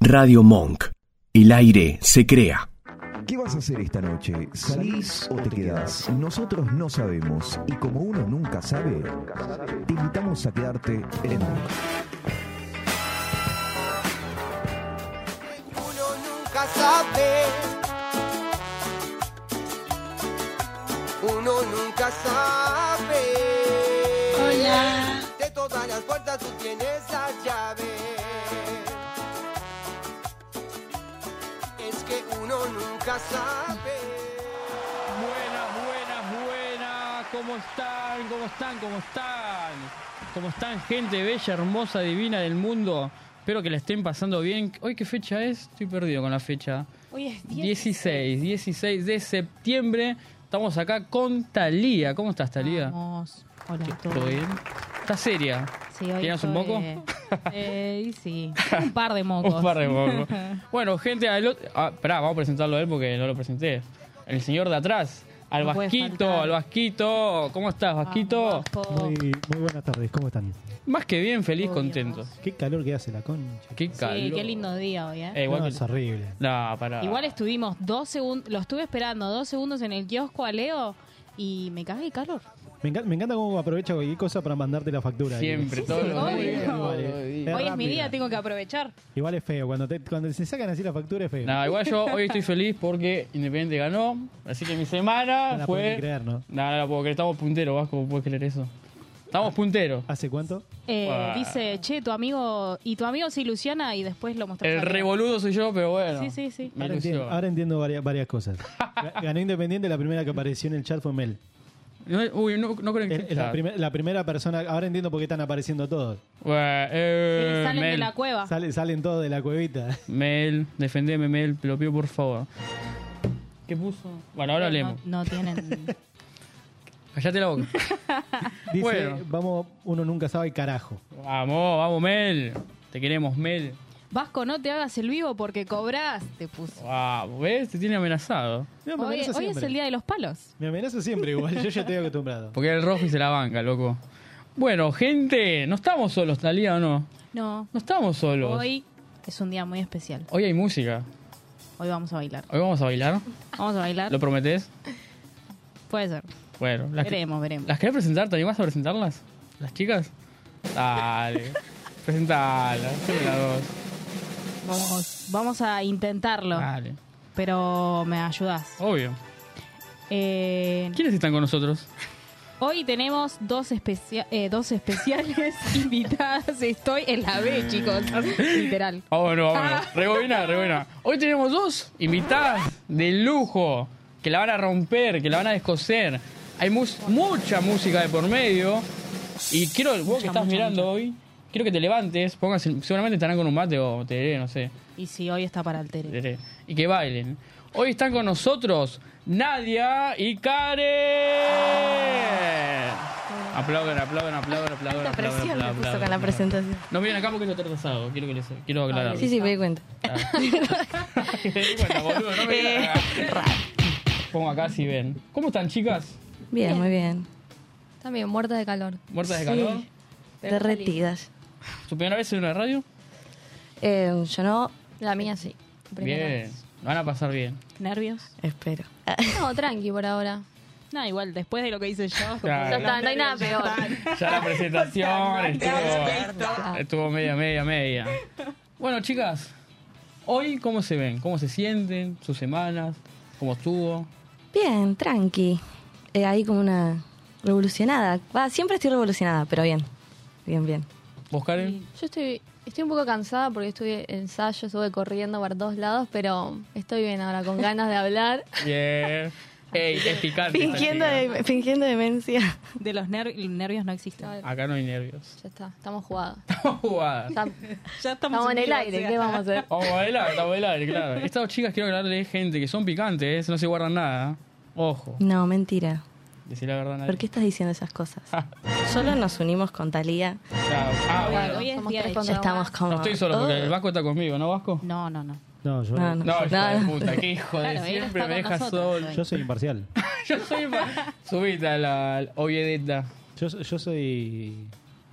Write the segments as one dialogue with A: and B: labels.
A: Radio Monk. El aire se crea.
B: ¿Qué vas a hacer esta noche? ¿Salís o te quedás? Nosotros no sabemos y como uno nunca sabe, te invitamos a quedarte en Monk.
C: uno nunca sabe. Uno nunca sabe.
D: Hola.
C: De todas las puertas tú tienes la llave. Es que uno nunca sabe.
E: Buenas, buenas, buenas. ¿Cómo están? ¿Cómo están? ¿Cómo están? ¿Cómo están, gente bella, hermosa, divina del mundo? Espero que la estén pasando bien. ¿Hoy qué fecha es? Estoy perdido con la fecha.
D: Hoy es
E: 16, 16 de septiembre. Estamos acá con Talía. ¿Cómo estás, Talía?
D: Vamos. Hola a todos.
E: ¿Todo bien? ¿Estás seria?
D: Sí, hoy
E: ¿Tenías un
D: estoy,
E: moco?
D: eh, eh, y sí, un par de mocos.
E: Un par de mocos. bueno, gente, al otro- ah, pará, vamos a presentarlo a él porque no lo presenté. El señor de atrás, al
D: No puede
E: Vasquito,
D: faltar. Ah,
E: al Vasquito. ¿Cómo estás, Vasquito?
D: Vamos, guapo.
F: Muy, muy buenas tardes, ¿cómo están?
E: Más que bien, feliz,
D: Todo bien,
E: contento.
F: Qué calor que hace la concha.
E: Qué calor.
D: Sí, qué lindo día hoy, ¿eh?
E: Eh, igual
F: No,
E: que-
F: es horrible.
E: No, pará.
D: Igual estuvimos dos segundos, lo estuve esperando dos segundos en el kiosco a Leo y me cagué de calor.
F: Me encanta, me encanta cómo aprovecha cualquier cosa para mandarte la factura.
E: Siempre,
F: Igual-
E: todos los
D: obvio.
E: días.
F: Igual, eh. es-
D: hoy es
F: rápido.
D: mi día, tengo que aprovechar.
F: Igual es feo, cuando, te, cuando se sacan así la factura es feo.
E: No, igual yo hoy estoy feliz porque Independiente ganó. Así que mi semana
F: No la puedo
E: fue.
F: ni creer, ¿no?
E: No, no la puedo creer. Estamos punteros, Vasco. ¿Puedes creer eso? Estamos punteros.
F: ¿Hace cuánto?
D: Eh,
E: Buah.
D: Dice, che, tu amigo, y tu amigo se ilusiona y después lo mostró.
E: El revoludo soy yo, pero bueno.
D: Sí, sí, sí.
E: Me
F: Ahora entiendo,
E: ilusiona.
F: ahora entiendo varias, varias cosas. Ga- Ganó Independiente, la primera que apareció en el chat fue Mel.
E: No, uy, no, no creo
F: El-
E: que.
F: el- la, primer- la primera persona, ahora entiendo por qué están apareciendo todos.
E: Bueno, eh,
D: Salen de
E: Mel,
D: la cueva.
F: Sale- salen todos de la cuevita.
E: Mel, defendeme, Mel. Te lo pido, por favor. ¿Qué puso? Bueno, ahora
D: Eh, no,
E: leemos.
D: no tienen.
E: Callate la boca.
F: Dice,
E: Bueno.
F: vamos, uno nunca sabe carajo.
E: Vamos, vamos, Mel. Te queremos, Mel.
D: Vasco, no te hagas el vivo porque cobras, te puso.
E: Vamos, ¿ves? Te tiene amenazado.
F: No, me
D: Hoy,
F: amenaza
D: hoy es
F: siempre.
D: el día de los palos.
F: Me amenaza siempre igual, yo ya estoy acostumbrado.
E: Porque el Rofi se la banca, loco. Bueno, gente, no estamos solos, Talía, ¿o no?
D: No,
E: No estamos solos.
D: hoy es un día muy especial.
E: Hoy hay música.
D: Hoy vamos a bailar.
E: Hoy vamos a bailar.
D: Vamos a bailar.
E: ¿Lo prometés?
D: Puede ser.
E: Bueno, las,
D: Veremos, veremos.
E: ¿las querés presentar? ¿Te animás a presentarlas? ¿Las chicas? Dale. Presentalas. siempre las dos.
D: Vamos, vamos a intentarlo,
E: Dale.
D: pero me ayudás.
E: Obvio.
D: Eh,
E: ¿Quiénes están con nosotros?
D: hoy tenemos dos, especia- eh, dos especiales invitadas. Estoy en la B, chicos. Literal.
E: Vámonos,
G: Ah.
E: vámonos. ah, Rebobina, rebobina. Hoy tenemos dos invitadas de lujo que la van a romper, que la van a descoser. Hay mus- mucha música de por medio. Y quiero, vos que estás mirando hoy, quiero que te levantes, pongas, el- seguramente estarán con un mate o tereré, no sé,
D: Y si hoy está para el Tere.
E: tereré, y que bailen. Hoy están con nosotros Nadia y Karen. Aplaudan, aplaudan, aplaudan, aplaudan.
G: La
E: aplaudan,
G: Ah. presión me
E: aplaudan,
G: puso con la
E: aplaudan.
G: presentación.
E: No miren acá porque yo estoy retrasado, quiero, que les, quiero aclarar.
G: Sí, sí, me di cuenta.
E: bueno, boludo, no me digas. Pongo acá si ven. ¿Cómo están, chicas?
G: Bien, muy bien.
H: También, muerta de calor.
E: ¿Muertas de calor?
G: Derretidas.
E: ¿Su primera vez en una radio?
G: Eh, yo no
H: La mía sí. la primera
E: Bien.
H: vez.
E: Van a pasar bien.
D: ¿Nervios?
G: espero.
H: No, tranqui por ahora.
D: No, igual, después de lo que hice yo.
E: Claro.
H: Ya está, no hay nada peor.
E: Ya la presentación estuvo, estuvo media, media, media. Bueno, chicas, hoy, ¿cómo se ven? ¿Cómo se sienten? ¿Sus semanas? ¿Cómo estuvo?
G: Bien, tranqui. Eh, ahí como una revolucionada. Va, siempre estoy revolucionada, pero bien. Bien, bien.
E: ¿Vos, Karen?
H: Yo estoy, estoy un poco cansada porque estuve ensayo, estuve corriendo para todos lados, pero estoy bien ahora, con ganas de hablar.
E: Bien. Ey, es picante. esta
G: Fingiendo,
E: chica.
G: de- fingiendo demencia.
D: De los ner- nervios no existen.
E: Acá no hay nervios.
H: Ya está, estamos jugados.
E: Estamos jugadas.
H: Ya-
D: Ya
H: estamos en el aire, ¿qué vamos a hacer?
E: Vamos a bailar, vamos a bailar, claro. Estas chicas quiero aclararle gente que son picantes, ¿eh? no se guardan nada. Ojo,
G: No, mentira.
E: decir la verdad a nadie.
G: ¿Por qué estás diciendo esas cosas?
E: Ah,
G: Solo nos unimos con Talía.
E: claro. Ah, bueno.
H: Claro,
D: Hoy es
H: somos
D: día
H: tres
D: de
H: contra
G: Ya estamos
H: una.
G: como...
E: No estoy solo porque el
G: Oh.
E: Vasco está conmigo, ¿no, Vasco?
D: No, no, no.
F: No,
D: Ah.
F: yo,
G: No, no.
E: No, hijo de
G: no.
E: puta, qué hijo de
D: Claro, él
E: siempre
D: está
E: me
D: con
E: deja
D: nosotros
E: solo.
D: hoy.
F: yo soy imparcial.
E: Yo soy pa- Subite a la oviedeta.
F: Yo, yo soy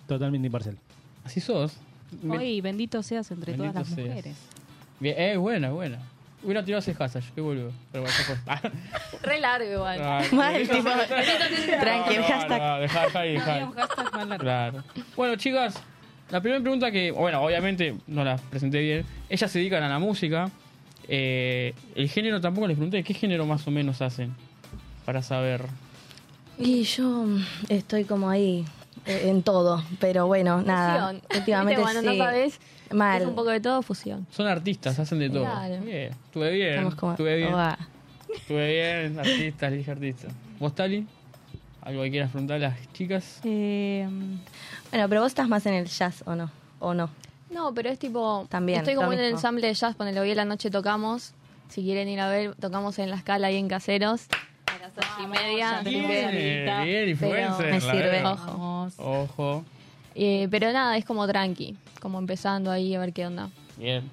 F: totalmente imparcial.
E: Así sos.
D: Hoy bendito seas entre todas
E: Bendito
D: las
E: seas.
D: mujeres.
E: Bien, eh, buena, buena. Hubiera tirado ese Hazard, qué boludo. Pero bueno, ya fue.
H: Re largo igual.
E: Ah,
G: Mal,
E: no,
G: tipo,
E: no, no, no,
G: tranqui,
E: no,
G: hashtag.
E: no, dejá, dejá ahí, dejá ahí.
D: Había un hashtag más largo.
E: Claro. Bueno, chicas, la primera pregunta que, bueno, obviamente no la presenté bien. Ellas se dedican a la música. Eh, el género tampoco les pregunté qué género más o menos hacen para saber.
G: Y yo estoy como ahí eh, en todo, pero bueno, nada.
H: Fusión. Viste,
G: Últimamente
H: cuando no
G: sí.
H: sabes,
G: Mal.
H: es un poco de todo fusión.
E: Son artistas, hacen de todo.
H: Claro.
E: Bien, estuve bien.
G: Estamos como-
E: Estuve bien.
G: Oba.
E: Estuve bien, artistas, le dije artistas. ¿Vos, Tali? ¿Algo que quieras preguntar a las chicas?
D: Eh,
G: Bueno, pero vos estás más en el jazz, ¿o no? ¿O no?
H: No, pero es tipo.
G: También,
H: Estoy
G: lo
H: como en el
G: mismo.
H: ensamble de jazz, ponele hoy en la noche tocamos. Si quieren ir a ver, tocamos en la escala y en caseros. Ah, A las ocho y media. así que-
D: Bien, amiguita.
E: bien, influencer.
G: me
E: la
G: sirve.
E: verdad.
D: vamos.
E: Oh. Ojo.
H: Eh, pero nada, es como tranqui. Como empezando ahí a ver qué onda.
E: Bien.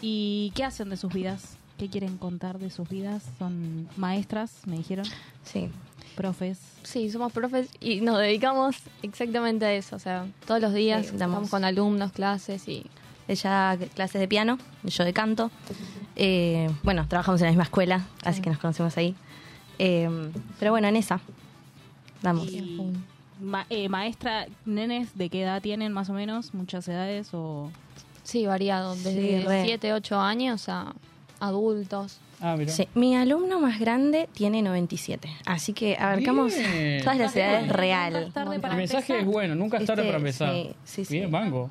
D: ¿Y qué hacen de sus vidas? ¿Qué quieren contar de sus vidas? Son maestras, me dijeron,
G: Sí.
D: profes.
H: Sí, somos profes y nos dedicamos exactamente a eso. O sea, todos los días
G: Sí, damos-
H: estamos con alumnos, clases y.
G: Ella clases de piano, yo de canto. Eh, bueno, trabajamos en la misma escuela, así que nos conocimos ahí. Eh, pero bueno, en esa. Vamos.
D: Y ma- eh, maestra, nenes, ¿de qué edad tienen más o menos? ¿Muchas edades o...?
H: Sí, variado.
G: Sí,
H: Desde
G: re.
H: 7, 8 años a adultos.
E: Ah, mira.
G: Sí, mi alumno más grande tiene 97, así que abarcamos
E: Bien.
G: todas las edades
D: Nunca
G: real.
D: es tarde para
E: El mensaje
D: empezar.
E: es bueno, nunca es tarde
G: Este,
E: para empezar.
G: sí, sí, sí.
E: Bien, banco.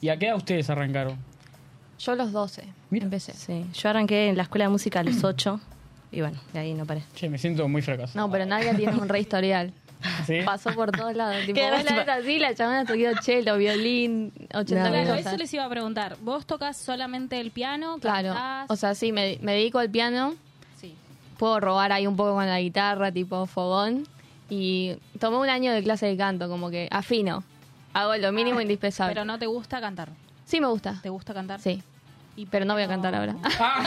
E: ¿Y a qué edad ustedes arrancaron?
H: Yo a los 12
E: Mira.
H: empecé.
G: Sí, yo arranqué en la escuela de música a los 8 y bueno, de ahí no paré.
E: Che, me siento muy fracasado.
H: No, pero Nadia tiene un re historial.
E: ¿Sí?
H: Pasó por todos lados. Tipo,
G: Qué
H: vos la
G: lástima.
H: ves así, la chabona tocó cello, violín, 80 mil
G: No,
D: Claro,
H: cosas.
D: eso les iba a preguntar. ¿Vos tocas solamente el piano?
H: Claro.
D: cantás?
H: O sea, sí, me, me dedico al piano.
D: Sí.
H: Puedo robar ahí un poco con la guitarra, tipo fogón. Y tomé un año de clase de canto, como que afino. Hago lo mínimo indispensable.
D: Pero no te gusta cantar.
H: Sí me gusta.
D: ¿Te gusta cantar?
H: Sí.
D: Y-
H: Pero no voy a cantar ahora.
E: Ah,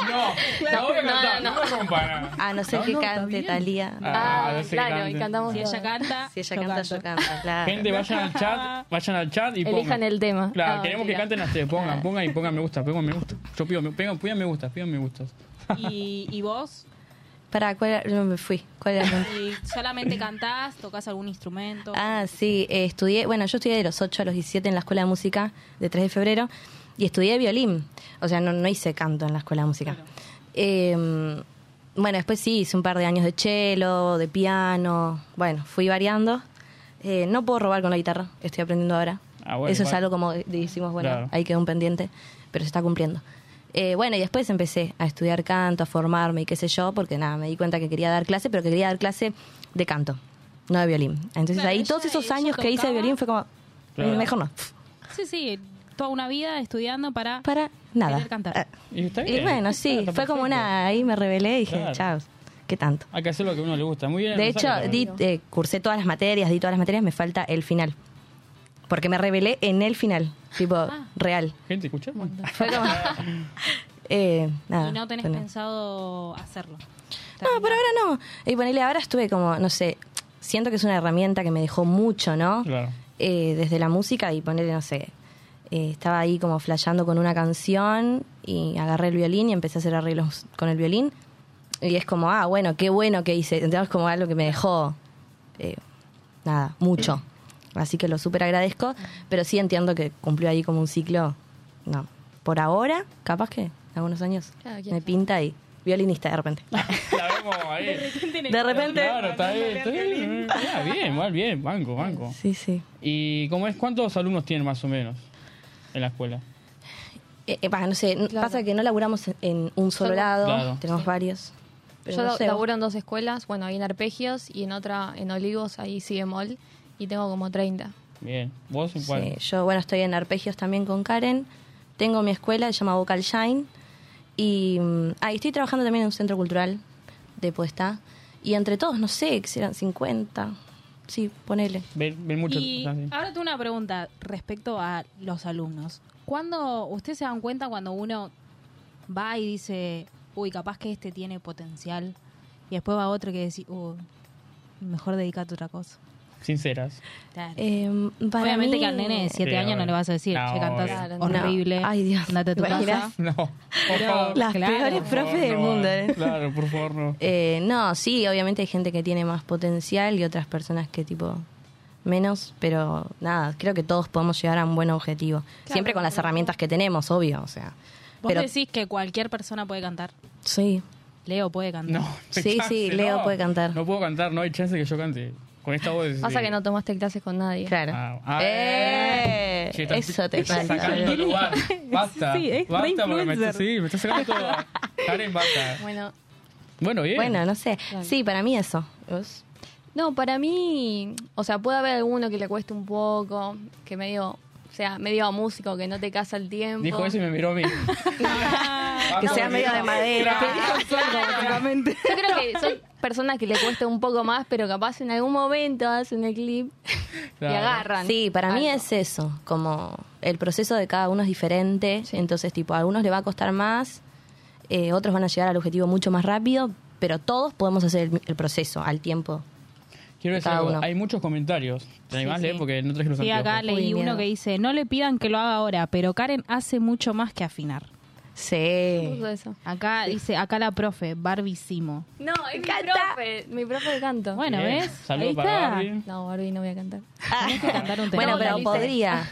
E: no, la voy a
H: No,
E: cantar, no,
H: no,
E: me rompan. Ah,
G: A no ser que cante Talía.
E: Ah,
H: Ah,
E: no sé qué
H: claro,
E: canten.
H: y cantamos
D: Si ella
H: todos.
D: canta,
G: Si ella canta, Ah, yo canto, claro.
E: Gente, vayan al chat, vayan al chat y
H: Elijan
E: pongan.
H: el tema.
E: Claro,
G: Ah,
H: No,
E: queremos que
H: mentira.
E: canten hasta pongan, pongan y pongan me gusta, pongan me gusta. Yo pido, me- pongan, pongan me gusta, pidan me gustas.
D: ¿Y, y vos?
G: Para, ¿cuál era? No, me fui. ¿Cuál era?
D: ¿Y ¿Solamente cantás? ¿Tocas algún instrumento?
G: Ah, sí, eh, estudié, bueno, yo estudié de los 8 a los 17 en la Escuela de Música de 3 de febrero y estudié violín, o sea, no, no hice canto en la Escuela de Música. Eh, bueno, después sí, hice un par de años de cello, de piano, bueno, fui variando. Eh, no puedo robar con la guitarra, estoy aprendiendo ahora.
E: Ah, bueno,
G: Eso es
E: igual.
G: algo como decimos, bueno,
E: Claro.
G: ahí quedó un pendiente, pero se está cumpliendo. Eh, bueno, y después empecé a estudiar canto, a formarme y qué sé yo, porque nada, me di cuenta que quería dar clase, pero que quería dar clase de canto, no de violín. Entonces
D: Claro,
G: ahí
D: ella-
G: todos esos
D: ella
G: años que hice de
D: tocaba.
G: violín fue como,
E: Claro.
G: mejor no,
D: Sí, sí, toda una vida estudiando para...
G: para nada.
D: Ah, Querer cantar.
G: Ah,
E: Y está
G: Y
E: bien.
G: bueno,
E: Claro,
G: sí,
E: está
G: fue como
E: perfecto.
G: una, ahí me rebelé y dije,
E: Claro.
G: chao, qué tanto.
E: Hay que hacer lo que a uno le gusta. Muy bien.
G: De
E: mensaje
G: hecho,
E: también.
G: di, eh, cursé todas las materias, di todas las materias, me falta el final. Porque me revelé en el final, tipo,
D: Ah.
G: real.
E: Gente, escuchamos.
G: Fue como... Eh, nada,
D: Y no tenés
G: fue nada.
D: pensado hacerlo.
G: No, por ahora no. Y ponele, ahora estuve como, no sé, siento que es una herramienta que me dejó mucho, ¿no?
E: Claro.
G: Eh, desde la música y ponele, no sé, eh, estaba ahí como flasheando con una canción y agarré el violín y empecé a hacer arreglos con el violín. Y es como, ah, bueno, qué bueno que hice. Entonces como algo que me dejó, eh, nada, mucho. Así que lo súper agradezco, pero sí entiendo que cumplió ahí como un ciclo, no, por ahora, capaz que en algunos años
H: Claro, quién
G: me
H: sabe.
G: pinta y violinista de repente.
E: La vemos ahí.
G: De repente.
E: Claro, está bien. Está bien, Ah, bien, mal, bien, banco, banco.
G: Sí, sí.
E: ¿Y cómo es? ¿Cuántos alumnos tienen más o menos en la escuela?
G: Eh, eh, bah, no sé, n-
H: Claro.
G: pasa que no laburamos en- en un solo
H: Solo-
G: lado,
E: Claro.
G: tenemos varios. Pero
H: Yo
G: no
H: la-
G: sé,
H: laburo en dos escuelas, bueno, ahí en Arpegios y en otra en Olivos, ahí sí bemol, y tengo como 30.
E: Bien. ¿Vos en
G: sí,
E: cuál?
G: yo, bueno, estoy en arpegios también con Karen. Tengo mi escuela, se llama Vocal Shine. Y mm, ah, y estoy trabajando también en un centro cultural de puesta. Y entre todos, no sé, que serán 50. Sí, ponele.
E: Ven, ven mucho.
D: Y
E: ah, sí.
D: ahora tengo una pregunta respecto a los alumnos. ¿Cuándo ustedes se dan cuenta cuando uno va y dice, uy, capaz que este tiene potencial? Y después va otro que dice, uy, mejor dedicate a otra cosa.
E: sinceras.
D: Claro.
I: Eh,
G: Em,
I: para
D: Obviamente
I: mí-
D: que al nene de 7
E: Sí,
D: años no
E: obvio.
D: le vas a decir,
E: No,
D: che, cantás
E: obvio.
I: No.
D: horrible,
I: Ay, Dios.
D: andate a tu
I: ¿Te
D: casa.
I: imaginas?
E: No, por favor.
I: Las
D: Claro,
I: peores
D: por
I: profes
E: Por
I: del
E: favor, no,
I: mundo. ¿eh?
E: Claro, por favor, no.
I: Eh, no, sí, obviamente hay gente que tiene más potencial y otras personas que tipo menos, pero nada, creo que todos podemos llegar a un buen objetivo. Siempre con las herramientas que tenemos, obvio, o sea.
D: Vos
I: Pero
D: decís que cualquier persona puede cantar.
I: sí,
D: Leo puede cantar.
E: No,
I: Sí,
E: hay chance,
I: sí, Leo
E: no.
I: puede cantar.
E: No puedo cantar, no hay chance que yo cante. Con esta voz.
H: Pasa
E: eh,
H: que no tomaste clases con nadie.
I: claro.
E: Ah, ah,
I: ¡Eh!
E: Che, estás-
I: Eso te
E: estás
I: falta.
E: sacando el lugar. Basta.
D: Sí, es re
E: basta porque me,
D: influencer.
E: sí, me estás sacando todo. Karen, basta.
H: Bueno,
E: Bueno, bien.
I: Bueno, no sé. Sí, para mí eso. ¿Vos?
H: no, para mí, o sea, puede haber alguno que le cueste un poco, que medio, o sea, medio músico, que no te casa el tiempo.
E: Dijo eso y me miró a mí.
D: Ah,
I: Que sea medio de madera.
H: Yo creo que son personas que le cuesta un poco más, pero capaz en algún momento hacen el clip y
E: Claro.
H: agarran.
I: Sí, para mí
H: algo.
I: es eso, como el proceso de cada uno es diferente, entonces tipo a algunos le va a costar más, eh, otros van a llegar al objetivo mucho más rápido, pero todos podemos hacer el, el proceso al tiempo.
E: Quiero decir
I: Cada
E: algo,
I: uno.
E: hay muchos comentarios. ¿Te animás a leer? ¿eh? Porque no traje los
D: Sí, acá
E: anteojos.
D: leí
I: Uy,
D: uno
I: miedo.
D: que dice, no le pidan que lo haga ahora, pero Karen hace mucho más que afinar.
I: Sí.
H: Puso eso.
D: Acá dice, acá la profe, Barbie Simo.
H: No, es mi profe, mi profe de canto.
D: Bueno,
E: Bien.
D: ¿ves?
E: Saludo
D: Ahí
E: para
D: está.
E: Barbie.
H: No, Barbie, no voy a cantar.
D: Tenés que cantar un tema.
I: Bueno, pero
H: Hola, Lisa.
I: podría.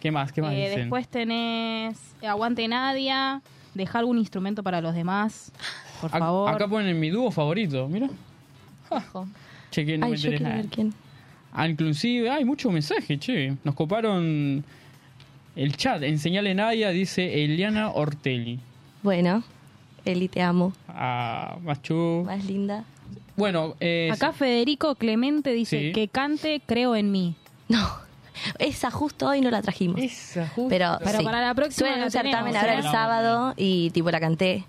E: ¿Qué más? ¿Qué más
D: Eh,
E: dicen?
D: después tenés, eh, aguante Nadia, deja algún instrumento para los demás, por
E: Ac-
D: favor.
E: Acá ponen mi dúo favorito. Mira.
H: Ojo.
E: Che, Ah, que no
I: Ay,
E: me
I: yo
E: interesa
I: quiero
E: nada.
I: ver quién.
E: Ah, inclusive, hay mucho mensaje, che. Nos coparon el chat. Enseñale Nadia, dice Eliana Ortelli.
I: Bueno, Eli, te amo.
E: Ah, Machu.
I: Más linda.
E: Bueno, eh,
D: Acá Federico Clemente dice
E: Sí.
D: que cante Creo en mí.
I: No, esa justo hoy no la trajimos.
E: esa justa.
I: Pero,
D: Pero
I: sí.
D: para la próxima
I: Estuve en
D: la
I: un
D: tenemos,
I: certamen
D: ¿eh?
I: ahora el
E: No,
I: sábado y tipo la canté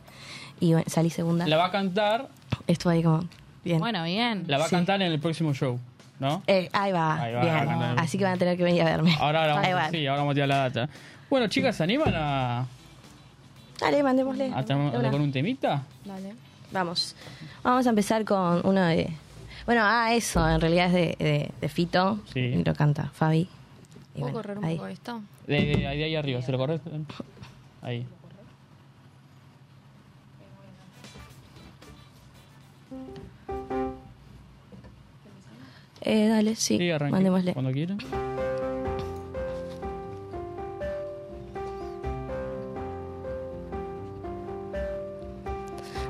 I: y bueno, salí segunda.
E: la va a cantar,
I: Estuve ahí como bien.
D: Bueno, bien.
E: la va a
I: Sí.
E: cantar en el próximo show, ¿no?
I: Eh, ahí va.
E: Ahí va,
I: bien.
E: ahí va.
I: Así que van a tener que venir a verme.
E: Ahora, ahora
I: Ahí
E: vamos,
I: va.
E: sí, ahora vamos a tirar la data. Bueno, chicas, ¿se animan a,
I: Dale, mandémosle.
E: a tener-
I: De una.
E: con un temita?
H: Dale.
I: Vamos. Vamos a empezar con uno de. Bueno, ah, eso, en realidad es de, de- de Fito.
E: Sí.
I: Y lo canta Fabi. Y
H: ¿Puedo
I: bueno,
H: correr un
I: ahí.
H: poco esto?
E: De, de- de ahí arriba, ¿se lo corres? Ahí.
I: Eh, dale, sí.
E: Sí, arranque,
I: mandémosle.
E: Cuando quiera.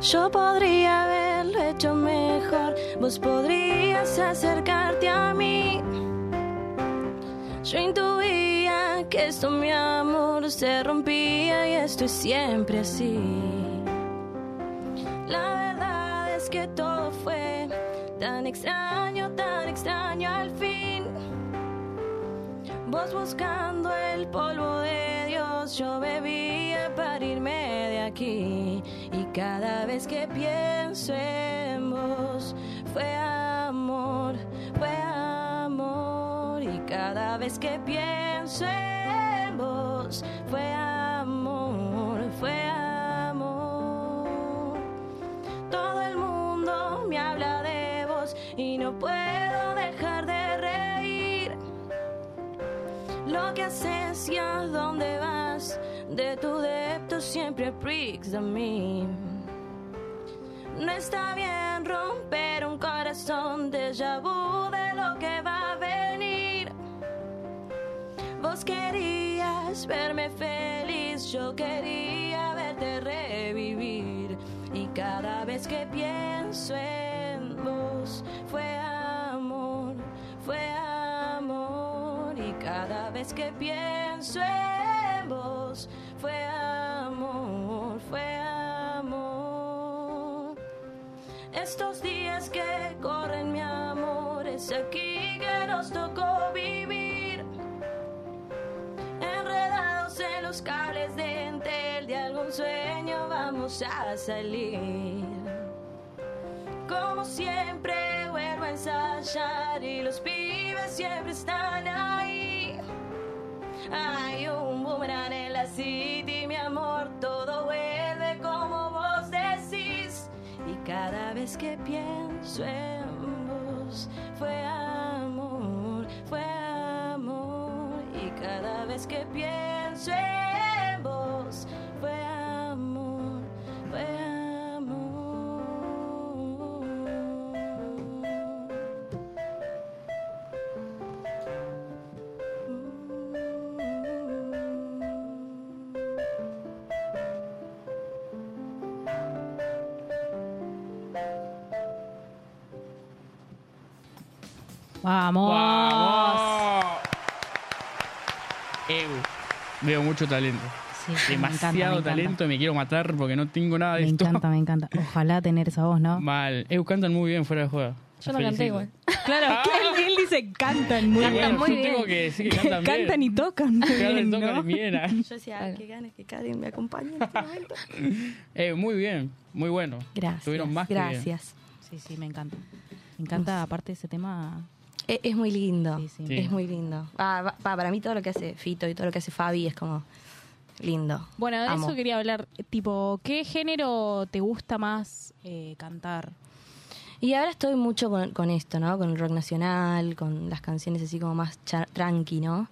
I: Yo podría haberlo hecho mejor, vos podrías acercarte a mí. Yo intuía que esto, mi amor, se rompía y estoy siempre así. La verdad es que todo fue tan extraño, tan extraño al fin. Vos buscando el polvo de Dios, yo bebía para irme de aquí. Y cada vez que pienso en vos, fue amor, fue amor. Y cada vez que pienso en vos, fue amor, fue amor. Todo el mundo me habla de vos y no puedo dejar de reír lo que haces y a dónde vas. De tu depto siempre pricks a mí. No está bien romper un corazón de vu de lo que va a venir. Vos querías verme feliz, yo quería verte revivir. Y cada vez que pienso en vos, fue amor, fue amor. Y cada vez que pienso en vos, fue amor, fue amor. Estos días que corren, mi amor, es aquí que nos tocó vivir. Enredados en los cables de Entel, de algún sueño vamos a salir. Como siempre vuelvo a ensayar y los pibes siempre están ahí. Hay un boomerang en la city, mi amor, todo vuelve como vos decís. Y cada vez que pienso en vos, fue amor
J: vez que pienso en vos fue amor, fue amor.
D: Vamos.
E: ¡Vamos! Eu, veo mucho talento.
I: Sí, sí, me encanta,
E: Demasiado
I: me encanta.
E: talento, me quiero matar porque no tengo nada de
I: Me
E: esto.
I: encanta, me encanta. Ojalá tener esa voz, ¿no?
E: Mal. Eu cantan muy bien fuera de juego.
H: Yo no canté igual.
I: Claro, que
E: Ah.
I: él, él dice cantan muy
H: Cantan
I: bien.
H: muy
E: yo
H: bien.
E: tengo que decir que cantan,
I: Cantan y
E: bien.
I: tocan muy
E: Claro,
I: bien,
E: tocan
I: ¿no?
E: bien, ah.
G: Yo decía, "Ah, qué ganas que Karin me acompañe en este momento.
E: Eh, muy bien, muy bueno.
G: Gracias.
E: Tuvieron más que bien.
G: gracias.
I: Sí, sí, me encanta. Me encanta, aparte ese tema.
G: E- Es, muy lindo.
I: Sí, sí.
E: Sí.
G: Es muy lindo. Ah, va- va, para mí todo lo que hace Fito y todo lo que hace Fabi es como lindo.
D: Bueno, de
G: Amo.
D: eso quería hablar. Tipo, ¿qué género te gusta más eh, cantar?
G: Y ahora estoy mucho con, con esto, ¿no? Con el rock nacional, con las canciones así como más cha- tranqui, ¿no?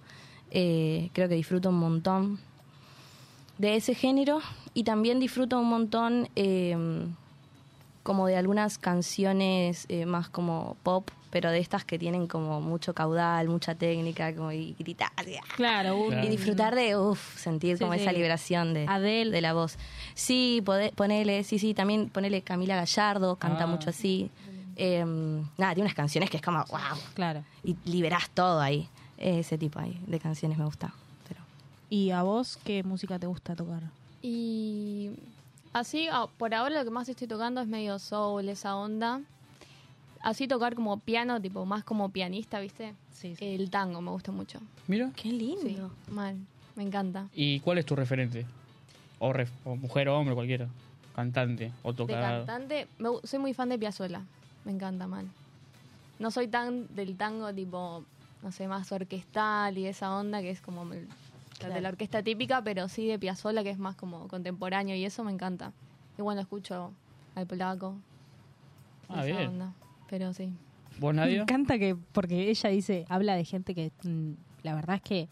G: Eh, creo que disfruto un montón de ese género y también disfruto un montón eh, como de algunas canciones eh, más como pop, pero de estas que tienen como mucho caudal, mucha técnica, como y gritar. y- ah,
D: Claro, un-
E: Claro.
G: Y disfrutar de, uff, sentir
D: Sí,
G: como
D: sí.
G: esa liberación de,
D: Adele.
G: de la voz. Sí, pode- ponele, sí, sí, también ponele Camila Gallardo, canta
E: Ah.
G: mucho así. Eh, nada, tiene unas canciones que es como, wow,
D: claro.
G: y liberás todo ahí. Eh, Ese tipo ahí de canciones me gusta. Pero
D: ¿Y a vos qué música te gusta tocar?
H: Y así, ah, por ahora lo que más estoy tocando es medio soul, esa onda. Así tocar como piano, tipo más como pianista, ¿viste?
D: Sí, sí.
H: El tango me gusta mucho.
E: Mira.
G: qué lindo.
H: Sí, mal. Me encanta.
E: ¿Y cuál es tu referente? O, ref- o mujer o hombre, cualquiera. Cantante o
H: De
E: tocador.
H: cantante, me gu- soy muy fan de Piazzolla. Me encanta, mal. No soy tan del tango tipo, no sé, más orquestal y esa onda que es como el- la de la orquesta típica, pero sí de Piazzolla que es más como contemporáneo y eso me encanta. Y bueno, escucho al polaco.
E: Ah,
H: esa
E: bien.
H: onda. Pero sí.
E: ¿Vos,
I: Me
E: Nadia?
I: encanta que, porque ella dice, habla de gente que mm, la verdad es que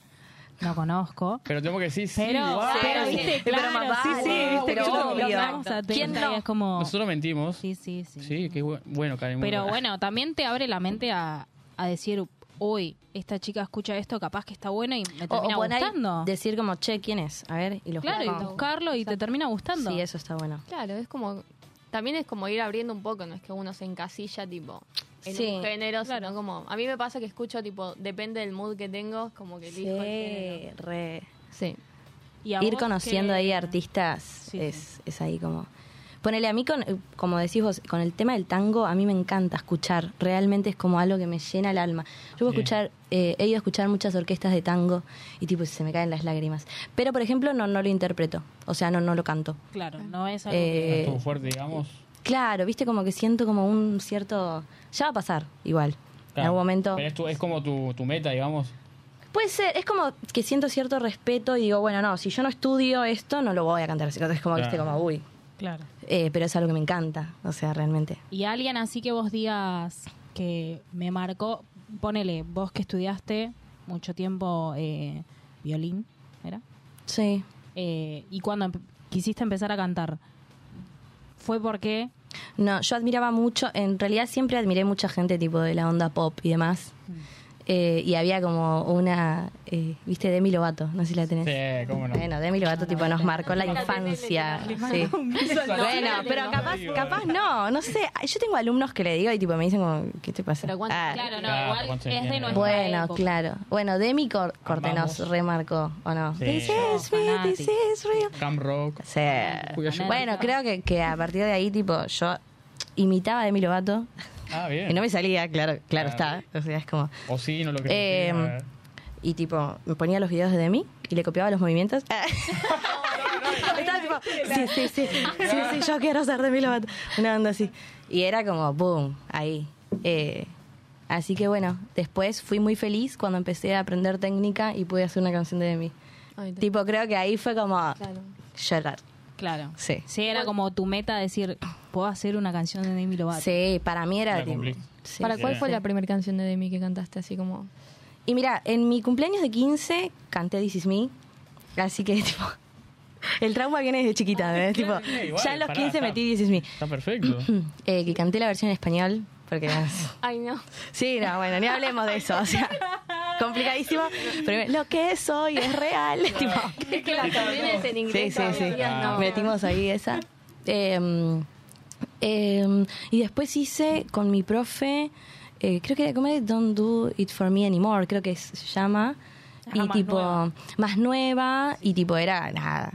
I: no conozco.
E: Pero tengo que decir sí.
I: Pero,
E: guau.
I: pero
G: sí.
I: viste,
G: Pero
I: claro,
G: más
I: sí,
G: vale.
I: sí,
G: Wow,
I: viste que
G: pero
I: yo-
G: obvio.
I: lo vamos a
G: ¿Quién
D: atenta y
G: no?
D: es como...
E: Nosotros mentimos. Sí,
I: Sí, sí, sí.
E: qué bu- bueno, Karen. muy
D: Pero bueno, también te abre la mente a, a decir, uy, esta chica escucha esto, capaz que está buena y me
G: O, o
D: termina
G: poner-
D: gustando.
G: decir como, che, ¿quién es? A ver, y lo
D: Claro, y
G: buscamos.
D: buscarlo y te termina gustando.
G: Sí, eso está bueno.
H: Claro, es como. También es como ir abriendo un poco, no es que uno se encasilla tipo en
G: Sí.
H: un género, sino como. A mí me pasa que escucho tipo, depende del mood que tengo, es como que elijo el género.
G: Sí, re.
H: Sí.
D: Y a
G: ir
D: vos
G: conociendo
D: qué-
G: ahí artistas
D: Sí,
G: es,
D: sí.
G: es ahí como ponele a mí con como decís vos con el tema del tango a mí me encanta escuchar realmente es como algo que me llena el alma yo puedo
E: Sí.
G: escuchar eh, he ido a escuchar muchas orquestas de tango y tipo se me caen las lágrimas pero por ejemplo no no lo interpreto o sea no no lo canto
D: Claro, no es algo que-
G: Ah. Eh,
E: ah, Estuvo fuerte, digamos.
G: claro viste como que siento como un cierto ya va a pasar igual en
E: Claro.
G: algún momento
E: Pero es, tu- es como tu, tu meta, digamos.
G: Puede ser, es como que siento cierto respeto y digo, bueno, no, si yo no estudio esto, no lo voy a cantar. así, Es como, viste,
E: Claro.
G: como, uy.
D: Claro.
G: Eh, pero es algo que me encanta, o sea, realmente.
D: Y alguien así que vos digas que me marcó, ponele, vos que estudiaste mucho tiempo eh, violín, ¿era?
G: Sí.
D: Eh, y cuando empe- quisiste empezar a cantar, ¿fue porque
G: No, yo admiraba mucho, en realidad siempre admiré mucha gente tipo de la onda pop y demás. Eh, y había como una, eh, viste, Demi Lovato, no sé si la tenés.
E: Sí, cómo no.
G: Bueno, Demi Lovato tipo nos marcó la infancia. Sí. Bueno, pero capaz, capaz no, no sé. Yo tengo alumnos que le digo y tipo me dicen como, ¿qué te pasa?
H: Pero cuánto-
G: Ah,
D: Claro, no,
E: Claro,
D: igual es
E: ¿cuántos
D: de
E: años
D: nuestra
G: Bueno,
D: época.
G: claro. Bueno, Demi Cor- Cortenos
E: Amamos.
G: remarcó, ¿o no?
E: Sí.
G: This is real, this is real.
E: Cam Rock.
G: Sí.
E: Uy, ayer-
G: Bueno, creo que, que a partir de ahí, tipo, yo imitaba a Demi Lovato
E: Ah, bien.
G: y no me salía, claro, claro
E: Claro.
G: está. O sea, es como.
E: O sí, no lo que
G: Eh,
E: sea.
G: Y tipo, me ponía los videos de Demi y le copiaba los movimientos.
H: Ah.
G: Estaba tipo, sí, sí, sí, sí, sí, yo quiero ser Demi Lovato. Una onda así. Y era como, boom, ahí. Eh, así que bueno, después fui muy feliz cuando empecé a aprender técnica y pude hacer una canción de Demi.
H: Ay, te-
G: Tipo, creo que ahí fue como
H: Claro.
G: llorar.
D: Claro.
G: Sí.
D: Sí, era como tu meta decir, "Ah, puedo hacer una canción de Demi Lovato.
G: Sí, para mí era
E: La
G: tipo,
E: cumplí.
G: sí.
H: ¿Para cuál
E: sí.
H: fue la primera canción de Demi que cantaste así como?
G: Y mira, en mi cumpleaños de 15 canté This Is Me, así que tipo, el trauma viene desde chiquita, ¿ves? Tipo,
E: igual,
G: ya en los
E: pará,
G: 15
E: está.
G: metí This Is Me.
E: Está perfecto.
G: Eh, que canté la versión en español, porque...
H: Ay, no.
G: Sí, no, bueno, ni hablemos de eso, o sea, complicadísimo. Pero lo que soy es real, tipo...
H: Es que las canciones en
G: Sí,
H: inglés
G: sí, sí.
H: todavía no.
G: Metimos ahí esa. Eh, eh, y después hice con mi profe, eh, creo que era como Don't Do It For Me Anymore, creo que es- se llama.
H: Ah,
D: Ajá,
G: y
D: más
G: tipo,
D: nueva.
G: más nueva, y tipo era nada.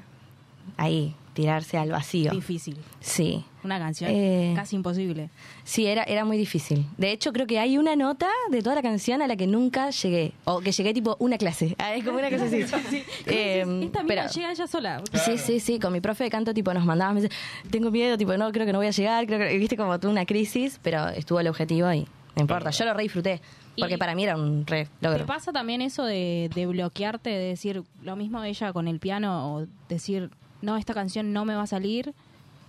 G: Ahí, tirarse al vacío.
D: Difícil.
G: Sí.
D: Una canción
G: Eh.
D: casi imposible.
G: Sí, era, era muy difícil. De hecho, creo que hay una nota de toda la canción a la que nunca llegué. O que llegué tipo una clase. Ah, Es como una cosa así. Eh,
D: Esta mina
G: pero-
D: llega ella sola.
G: Sí, sí, sí, con mi profe de canto tipo nos mandaba, me dice, tengo miedo, tipo, no, creo que no voy a llegar, creo que, viste, como tuve una crisis, pero estuvo el objetivo y no importa, yo lo re disfruté, porque
D: Y-
G: para mí era un re
D: ¿Te
G: logro.
D: pasa también eso de, de bloquearte, de decir lo mismo ella con el piano o decir, no, esta canción no me va a salir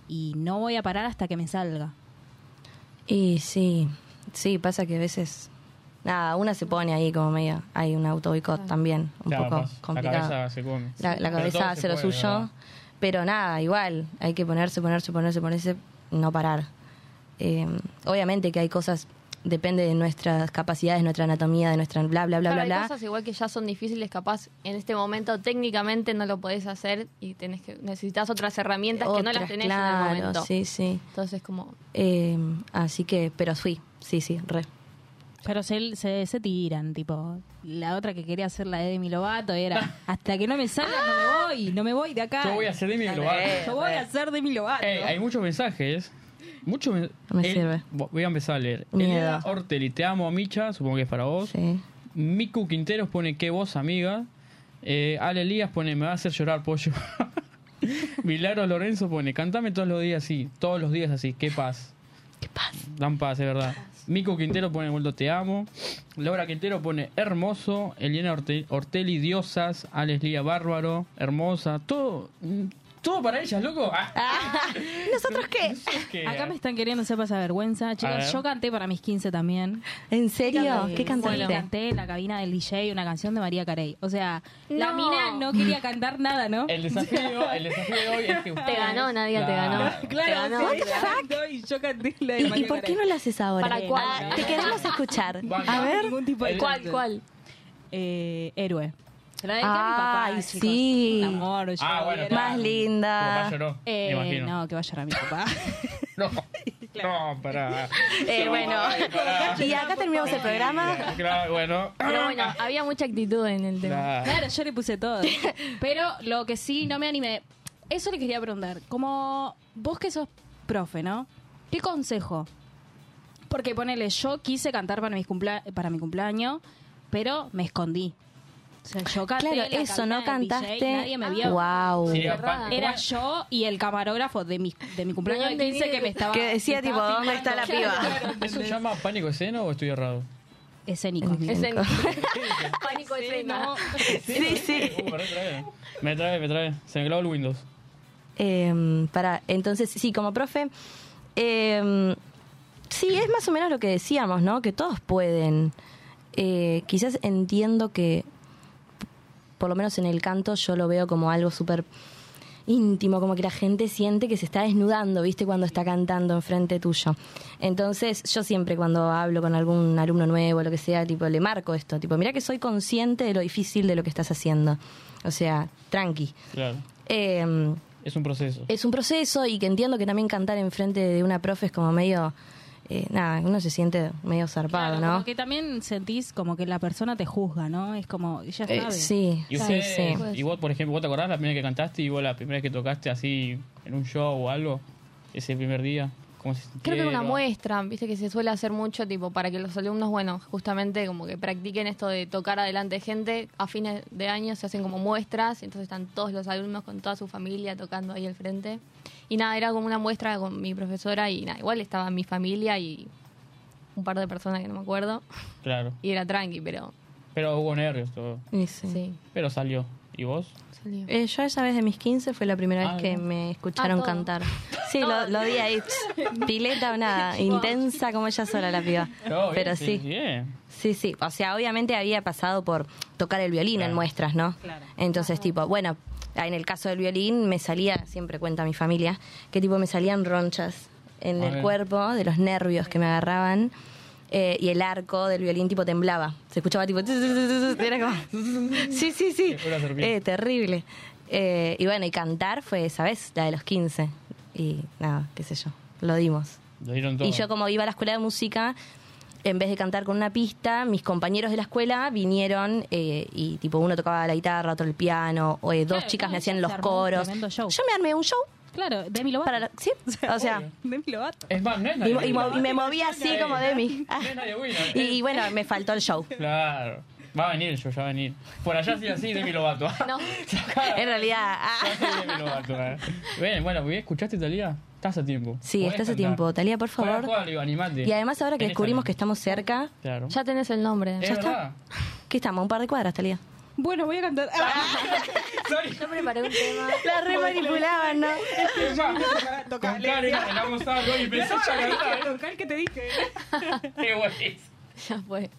D: y no voy a parar hasta que me salga?
G: Y sí, sí, pasa que a veces, nada, una se pone ahí como medio, hay un auto
H: Ah.
G: boicot también, un
E: Claro,
G: poco
E: pues,
G: complicado.
E: La cabeza se come.
G: La, la
E: Pero
G: cabeza
E: todo
G: hace
E: se
G: lo
E: puede,
G: suyo,
E: ¿verdad?
G: pero nada, igual, hay que ponerse, ponerse, ponerse, ponerse, no parar. Eh, obviamente que hay cosas, depende de nuestras capacidades, nuestra anatomía, de nuestra bla, bla, bla,
H: Claro, hay
G: bla, bla.
H: cosas igual que ya son difíciles, capaz en este momento técnicamente no lo podés hacer y tenés que necesitas otras herramientas que no las
G: Otras,
H: tenés
G: claro,
H: en el momento.
G: sí, sí.
H: Entonces como
G: Eh, así que, pero fui, sí, sí, re.
D: Pero se, se, se tiran, tipo, la otra que quería hacer la de Demi Lovato era, hasta que no me salga no me voy, no me voy de acá.
E: Yo voy a hacer de mi global.
D: Yo voy a ser Demi Lovato.
E: Ey, Eh, hay muchos mensajes. Muchos men-
G: No me
E: El-
G: sirve.
E: Bo- Voy a empezar a leer.
G: Miedo.
E: Elena Ortelli, te amo, Micha. Supongo que es para vos.
G: Sí.
E: Miku Quinteros pone qué voz, amiga. Eh, Ale Elías pone me va a hacer llorar, pollo. Milagros Lorenzo pone cantame todos los días así. Todos los días así. Qué paz.
G: ¿Qué pasa?
E: Dan paz, es verdad. Miku Quintero pone vuelto te amo. Laura Quintero pone hermoso. Eliana Orte- Ortelli, diosas. Alex Lía, bárbaro. Hermosa. Todo. mm, Todo para ellas, loco. Ah,
G: ¿Nosotros qué?
E: es que-
D: Acá me están queriendo hacer pasar vergüenza.
E: Eh, A
D: Chicas,
E: ver.
D: yo canté para mis 15 también.
G: ¿En serio?
D: Eh,
G: ¿Qué cantaste?
D: bueno, canté en la cabina del DJ una canción de María Carey. O sea,
H: No.
D: la mina no quería cantar nada, ¿no?
E: El desafío, el desafío de hoy es que ustedes-
H: ganó, Nadia, te
E: Claro.
H: ganó.
D: Claro,
H: What
D: sí,
H: the
D: la cantó y yo canté la de
G: ¿Y, y
D: María
G: por qué
D: Carey.
G: no lo haces ahora?
H: ¿Para cuál?
G: Ah, Te queremos escuchar.
E: Vale.
G: A ver.
D: Ningún tipo de
H: ¿Cuál
D: canción.
H: cuál?
D: Eh, héroe. Se la dediqué a mi papá.
G: Ay,
D: chicos.
G: sí.
D: Un amor, yo
E: Ah, bueno,
D: era-
E: claro. Tu
G: Más
E: papá
G: linda.
E: lloró, me
D: Eh,
E: imagino.
D: no, que vaya a llorar mi papá.
E: No, no, pará.
G: Eh, bueno,
E: pará.
G: y acá terminamos el programa.
E: Claro, bueno.
H: Pero bueno, había mucha actitud en el tema.
E: Claro.
D: Claro, yo le puse todo. Pero lo que sí no me animé, eso le quería preguntar. Como vos que sos profe, ¿no? ¿Qué consejo? Porque ponele, yo quise cantar para, mis cumplea- para mi cumpleaños, pero me escondí. O sea, yo canté.
G: Claro,
D: en la
G: eso, no
D: cabina del DJ,
G: cantaste. Ah,
D: nadie me vio.
G: Wow.
E: Sería pa-
D: Era yo y el camarógrafo de mi, de mi cumpleaños de
H: ¿Dónde
D: 15 que
H: viene?
D: me estaba.
G: Que decía,
D: me estaba
G: tipo, ¿dónde está la
D: filmando.
G: piba?
E: ¿Eso se llama pánico esceno o estoy errado?
D: Escénico.
H: Es el pánico escena.
G: Sí, sí.
E: Uh, pará, trae. Me trae, me trae. Se me clavó el Windows.
G: Eh, para, entonces, sí, como profe, eh, sí, es más o menos lo que decíamos, ¿no? Que todos pueden. Eh, quizás entiendo que, por lo menos en el canto, yo lo veo como algo súper íntimo, como que la gente siente que se está desnudando, ¿viste? Cuando está cantando enfrente tuyo. Entonces, yo siempre cuando hablo con algún alumno nuevo, lo que sea, tipo, le marco esto, tipo, mira que soy consciente de lo difícil de lo que estás haciendo. O sea, tranqui.
E: Claro.
G: Eh,
E: Es un proceso.
G: es un proceso y que entiendo que también cantar enfrente de una profe es como medio. eh, nada, uno se siente medio zarpado,
D: Claro,
G: ¿no?
D: como que también sentís como que la persona te juzga, ¿no? Es como, ya
G: Eh,
D: sabe.
G: sí,
E: Y,
G: sí,
E: usted,
G: sí.
E: y vos, por ejemplo, ¿vos te acordás la primera que cantaste y vos la primera que tocaste así en un show o algo? Ese primer día. ¿Cómo se
H: Creo que era una
E: sintieron?
H: muestra, viste que se suele hacer mucho, tipo, para que los alumnos, bueno, justamente como que practiquen esto de tocar adelante gente. A fines de año se hacen como muestras, entonces están todos los alumnos con toda su familia tocando ahí al frente. Y nada, era como una muestra con mi profesora y nada, igual estaba mi familia y un par de personas que no me acuerdo.
E: Claro.
H: Y era tranqui, pero
E: Pero hubo nervios, todo.
G: Y sí.
H: sí.
E: Pero salió. ¿Y vos?
G: Eh, yo esa vez de mis 15 fue la primera
E: Ah,
G: vez que
E: bien.
G: me escucharon
H: Ah, todo.
G: cantar. Sí, lo, lo vi ahí. pss, Pileta o nada. Intensa como ella sola la piba.
E: No, bien,
G: Pero sí.
E: bien.
G: Sí, sí. O sea, obviamente había pasado por tocar el violín en muestras, ¿no? Entonces, tipo, bueno, ah, en el caso del violín me salía, siempre cuenta mi familia, que tipo me salían ronchas en
E: Ah,
G: el
E: bien.
G: cuerpo de los nervios que me agarraban. eh, y el arco del violín tipo temblaba. Se escuchaba tipo... Era como... Sí, sí, sí.
E: Una serpiente.
G: Eh, terrible. Eh, y bueno, y cantar fue esa vez, la de los 15. Y nada, qué sé yo. Lo dimos.
E: Lo dieron todo.
G: Y yo como iba a la escuela de música, en vez de cantar con una pista, mis compañeros de la escuela vinieron eh, y tipo uno tocaba la guitarra, otro el piano, o, eh, dos
D: Claro,
G: chicas
D: no,
G: me
D: ya
G: hacían
D: se
G: los
D: armó un
G: coros.
D: tremendo show.
G: Yo me armé un show
D: Claro, Demi Lovato.
G: para la- sí, o sea,
D: Demi Lovato.
E: Es más, no es
G: y,
E: nadie.
G: y mo- y me moví así como Demi.
E: No es nadie buena.
G: Y, y bueno, me faltó el show.
E: Claro. Va a venir yo, ya va a venir. Por allá sí así, Demi Lovato.
H: No,
G: En realidad, ah.
E: Ya soy Demi Lovato, eh. Bien, bueno, bien, ¿escuchaste, Talía? Estás a tiempo.
G: Sí,
E: Podés
G: estás a
E: cantar.
G: tiempo. Talía, por
E: Juega,
G: favor.
E: juega, Leo, animate.
G: Y además ahora que
E: Tenés
G: descubrimos que
E: talento.
G: estamos cerca,
E: Claro.
H: ya tenés el nombre.
E: ¿Es
G: ya está.
E: verdad?
G: ¿qué estamos? Un par de cuadras, Talía.
D: Bueno, voy a cantar.
E: Sorry.
H: Yo preparé un tema.
G: La re manipulaban, ¿no?
E: Es más, con Karen arreglamos algo y pensé ya cantar.
D: Tocar que te dije.
E: Qué buenísimo.
H: Ya fue.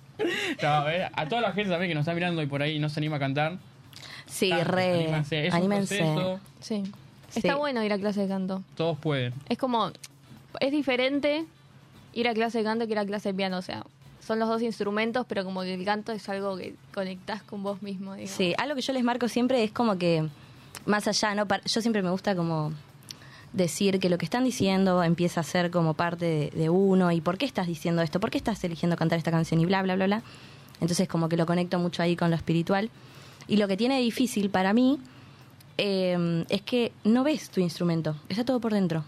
E: No, a ver, a toda la gente también que nos está mirando y por ahí no se anima a cantar.
G: Sí,
E: Canten,
G: re.
E: anímense. Es un
G: Anímense.
E: proceso,
H: Sí.
G: Sí.
H: Está bueno ir a clase de canto.
E: todos pueden.
H: Es como, es diferente ir a clase de canto que ir a clase de piano. O sea, son los dos instrumentos, pero como que el canto es algo que conectás con vos mismo. digamos.
G: Sí, algo que yo les marco siempre es como que, más allá, ¿no? Par- Yo siempre me gusta como decir que lo que están diciendo empieza a ser como parte de, de uno y por qué estás diciendo esto, por qué estás eligiendo cantar esta canción y bla, bla, bla, bla. Entonces como que lo conecto mucho ahí con lo espiritual. Y lo que tiene de difícil para mí eh, es que no ves tu instrumento, está todo por dentro.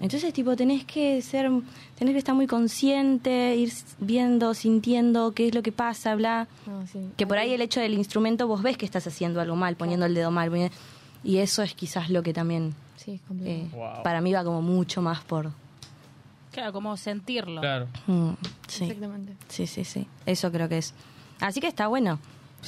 G: Entonces, tipo, tenés que ser, tenés que estar muy consciente, ir viendo, sintiendo qué es lo que pasa, bla.
H: No, sí.
G: Que por ahí el hecho del instrumento vos ves que estás haciendo algo mal, poniendo el dedo mal. poniendo- Y eso es quizás lo que también
H: Sí, es complicado.
G: eh,
E: Wow.
G: para mí va como mucho más por...
D: Claro, como sentirlo.
E: Claro.
G: Mm, sí,
H: Exactamente.
G: sí, sí, sí. Eso creo que es. Así que está bueno.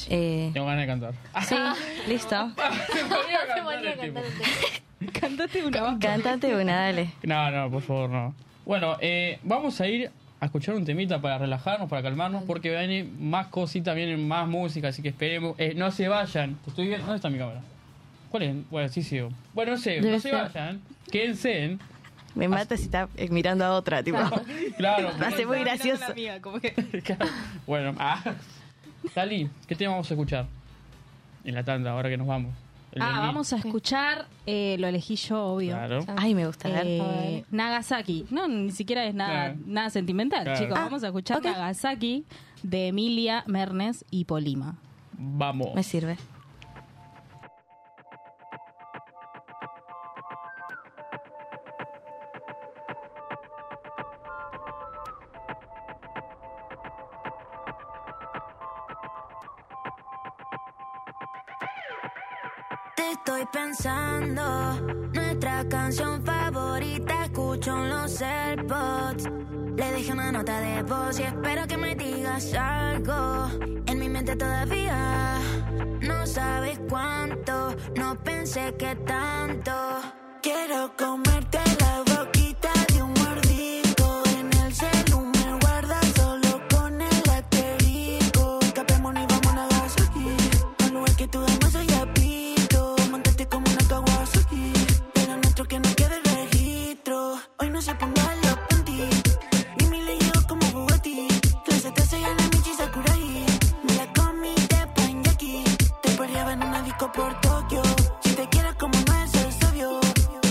G: Eh,
E: Tengo ganas de cantar.
G: sí, listo.
E: Se ponía a
H: Se
E: cantar
H: volvió a
E: el tipo.
H: cantar el tema.
D: Cantate una banda.
G: Cantate una, dale.
E: No, no, por favor, no. Bueno, eh, vamos a ir a escuchar un temita para relajarnos, para calmarnos, porque viene más cositas, viene más música, así que esperemos. Eh, no se vayan. Estoy bien. ¿Dónde está mi cámara? ¿Cuál es? Bueno, sí, sí. Bueno, no sé,
G: Debe
E: no se
G: ser.
E: vayan. Quédense. ¿eh?
G: Me mata si está eh, mirando a otra, tipo.
E: Claro.
G: Va a ser muy gracioso.
E: porque- bueno, ah. Tali, ¿qué tema vamos a escuchar? En la tanda, ahora que nos vamos. El
D: Ah,
E: violín.
D: vamos a escuchar. eh, lo elegí yo, obvio.
E: Claro.
G: Ay, me gusta. a ver.
D: Eh, Nagasaki. No, ni siquiera es nada,
E: Claro.
D: nada sentimental,
E: Claro.
D: chicos.
E: Ah,
D: Vamos a escuchar
G: ok.
D: Nagasaki de Emilia Mernes y Polima.
E: Vamos.
G: Me sirve.
J: Te estoy pensando, nuestra canción favorita escucho en los AirPods. Le dejé una nota de voz y espero que me digas algo. En mi mente todavía no sabes cuánto, no pensé que tanto. Quiero comerte la boquita de un gordito. En el celu me guardas solo con el asterisco. Escapémonos y vamos a Nagasaki. Un lugar que tú amas soy apito. Montate como una Kawasaki. Pero nuestro que no quede registro. Hoy no se ponga los panties. Dime le llevo como Bugatti. Clase 13 y a la Michi Sakurai. Me la comí de Panyaki. Te pareaba en una disco por Tokio. Si te quieres como no es el sabio.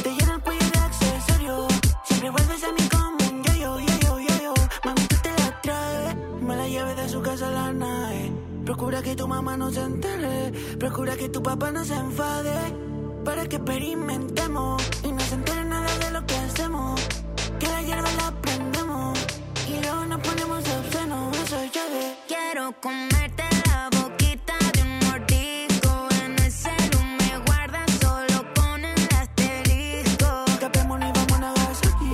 J: Te lleno el cuello de accesorio. Siempre vuelves a mí como un yo-yo, yo-yo, yo-yo. Mami, tú te la traes. Me la lleves de su casa a la nave. Procura que tu mamá no se entere. Procura que tu papá no se enfade. Para que experimentemos y no se entere nada de lo que hacemos. Que la hierba la prendemos y luego nos ponemos obscenos. Eso es llave. Quiero comerte la boquita de un mordisco. En el celu me guardas solo con el asterisco. Escapémonos y vamos a Nagasaki.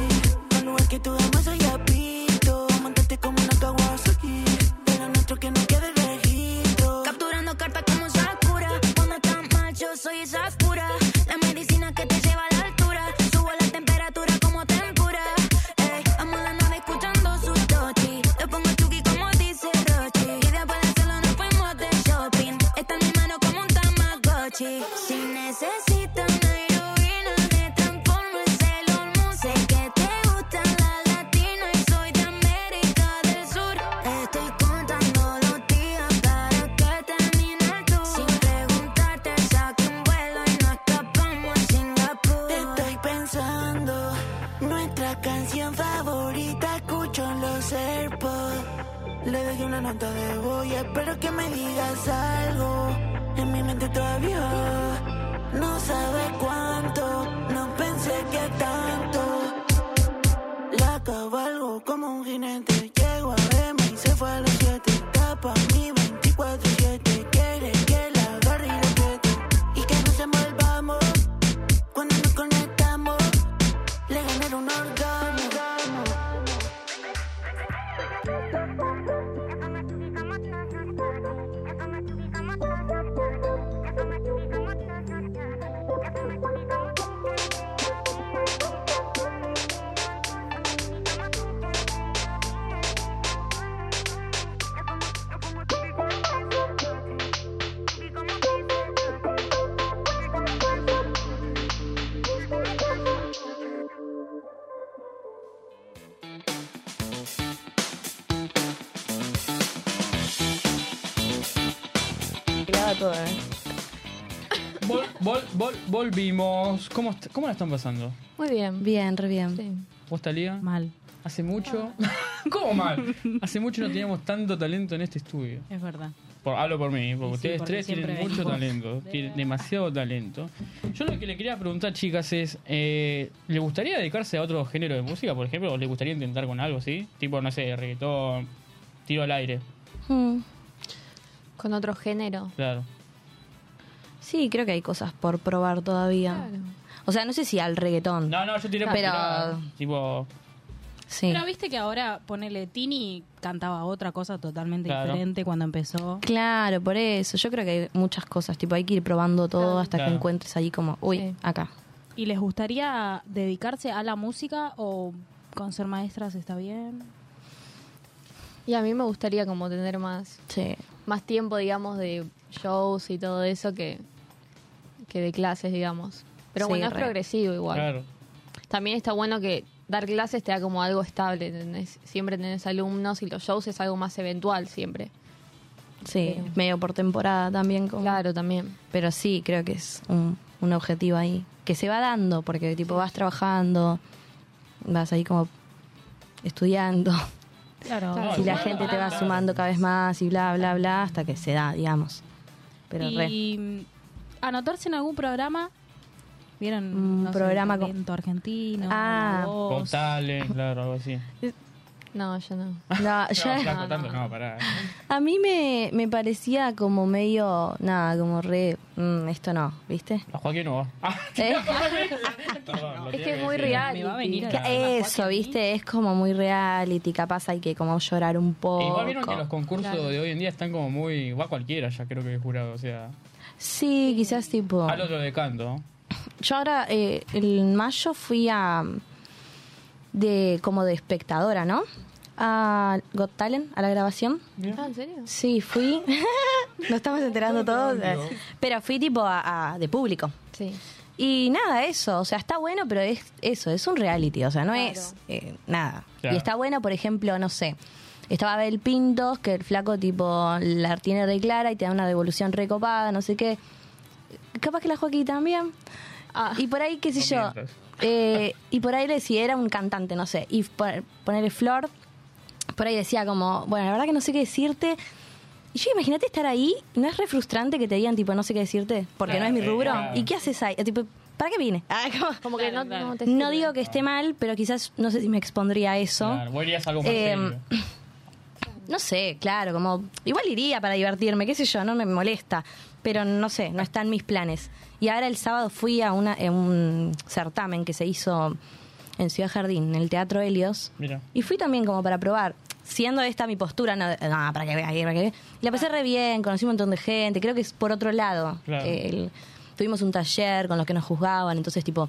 J: Un lugar que tú amas soy apito. Montate como una Kawasaki. Pero nuestro que no quede registro. Capturando cartas como Sakura. Cuando estamos canción favorita escucho en los AirPods. Le doy una nota de voz y espero que me digas algo. En mi mente todavía no sabes cuánto, no pensé que tanto. La cabalgo como un jinete, llego a Rema y se fue a los siete. Tapa mi 24-7, quiere que la agarre y la apriete. Y que nos envolvamos cuando nos conectamos. Le gané un orgasmo.
G: Bailaba todo, ¿eh?
E: Vol- vol- vol- volvimos. ¿Cómo, est- ¿Cómo la están pasando?
H: Muy bien.
G: Bien, re bien.
H: Sí.
E: ¿Vos, Talía?
D: Mal.
E: Hace mucho. Ah. ¿Cómo mal? Hace mucho no teníamos tanto talento en este estudio.
D: Es verdad.
E: Por- hablo por mí, porque
D: sí,
E: ustedes
D: porque
E: tres tienen
D: siempre
E: mucho
D: venimos
E: talento, tienen demasiado talento. Yo lo que le quería preguntar, chicas, es, eh, ¿le gustaría dedicarse a otro género de música, por ejemplo? ¿O le gustaría intentar con algo así? Tipo, no sé, reggaetón, tiro al aire,
G: Mm.
H: Con otro género.
E: claro.
G: Sí, creo que hay cosas por probar todavía.
H: Claro.
G: O sea, no sé si al reggaetón.
E: No, no, yo tiré por
G: Pero-
E: tirar, tipo,
G: Sí.
D: Pero viste que ahora, ponele, Tini cantaba otra cosa totalmente
E: Claro.
D: diferente cuando empezó.
G: Claro, por eso. Yo creo que hay muchas cosas. Tipo, hay que ir probando todo hasta
E: Claro.
G: que encuentres ahí como, uy,
H: Sí.
G: acá.
D: ¿Y les gustaría dedicarse a la música o con ser maestras está bien?
H: Y a mí me gustaría como tener más,
G: Sí.
H: más tiempo, digamos, de shows y todo eso que, que de clases, digamos. Pero
G: Sí,
H: bueno, es
G: re.
H: progresivo igual.
E: claro.
H: También está bueno que dar clases te da como algo estable, ¿entendés? Siempre tenés alumnos y los shows es algo más eventual siempre.
G: Sí, medio por temporada también. Como.
H: Claro, también.
G: Pero sí, creo que es un, un objetivo ahí. Que se va dando, porque tipo vas trabajando, vas ahí como estudiando.
D: Claro.
H: Claro.
G: Y la
E: igual,
G: gente te va
E: claro.
G: sumando cada vez más y bla, bla, bla, hasta que se da, digamos. Pero re.
D: y mm, anotarse en algún programa. ¿Vieron?
G: Un programa con-
D: con... argentino.
G: Ah.
D: La Voz.
E: Con talent, claro, algo así.
H: No, yo no.
G: No, yo-
E: No, flaco,
H: no,
E: tanto no, pará.
G: a mí me, me parecía como medio, nada, como re, mm, esto no, ¿viste?
E: A Joaquín no va. Ah,
G: ¿Eh?
E: perdón, lo
H: Es
E: tenía
H: que es muy
E: decir.
H: real.
D: Me va a venir a-
G: Que Eso, ¿viste? Es como muy reality, capaz hay que como llorar un
E: E
G: poco.
E: Igual vieron que los concursos
H: Claro.
E: de hoy en día están como muy... Va cualquiera ya, creo que es jurado, o sea...
G: Sí, quizás tipo...
E: Al otro de canto.
G: Yo ahora, eh, en mayo fui a. de como de espectadora, ¿no? A Got Talent, a la grabación.
H: Ah, ¿en serio?
G: Sí, fui. Nos estamos enterando todos.
E: obvio.
G: Pero fui tipo a, a- de público.
H: Sí.
G: Y nada, eso. O sea, está bueno, pero es eso, es un reality. O sea, no es eh, nada.
E: Claro.
G: Y está bueno, por ejemplo, no sé. Estaba Abel Pintos, que el flaco tipo la tiene re clara y te da una devolución recopada, no sé qué. Capaz que la Joaquín también.
H: Ah,
G: Y por ahí, qué sé
E: No
G: yo.
E: mientas.
G: eh, y por ahí le decía, era un cantante, no sé. Y por- ponerle flor. Por ahí decía como, bueno, la verdad que no sé qué decirte. Y yo imagínate estar ahí, ¿no es re frustrante que te digan tipo no sé qué decirte? Porque
E: Claro,
G: no es mi
E: sí,
G: rubro.
E: claro.
G: ¿Y qué haces ahí? Eh, Tipo, ¿para qué vine? Ah, como-
H: como que no, no te
G: no
H: sirve.
G: digo que esté mal, pero quizás no sé si me expondría a eso.
E: Claro, vos irías a algo más
G: Eh,
E: serio.
G: No sé, claro, como igual iría para divertirme, qué sé yo, no me molesta, pero no sé, no están mis planes. Y ahora el sábado fui a una, a un certamen que se hizo en Ciudad Jardín, en el Teatro Helios,
E: Mira.
G: y fui también como para probar, siendo esta mi postura, no, no, para que vea, para que vea. Y la pasé re bien, conocí un montón de gente, creo que es por otro lado.
E: Claro.
G: El- tuvimos un taller con los que nos juzgaban, entonces tipo,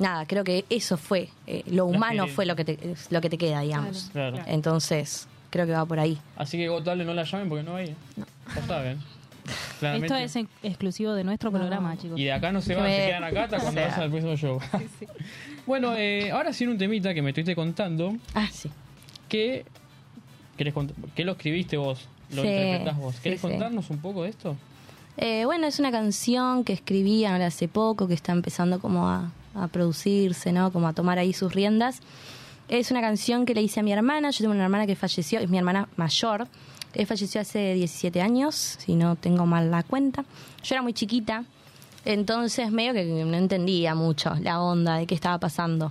G: nada, creo que eso fue, eh, lo humano
E: experiencia.
G: fue lo que te, es lo que te queda, digamos.
E: Claro. Claro.
G: Entonces, creo que va por ahí.
E: Así que vos dale, no la llamen porque no hay. No. saben.
D: Esto
E: Claramente.
D: es ex- exclusivo de nuestro programa, chicos.
E: Y de acá no se van,
G: Que
E: se
G: me-
E: quedan acá hasta
G: o
E: cuando
G: sea.
E: vas al próximo show. bueno, eh, ahora sí en un temita que me estuviste contando,
G: Ah, sí.
E: que, ¿querés cont- que lo escribiste vos, lo
G: Sí,
E: interpretás vos.
G: sí,
E: ¿Querés
G: sí.
E: contarnos un poco de esto?
G: Eh, bueno, es una canción que escribí ahora hace poco, que está empezando como a, a producirse, ¿no? Como a tomar ahí sus riendas. Es una canción que le hice a mi hermana. Yo tengo una hermana que falleció, es mi hermana mayor. Él falleció hace 17 años, si no tengo mal la cuenta. Yo era muy chiquita, entonces medio que no entendía mucho la onda de qué estaba pasando.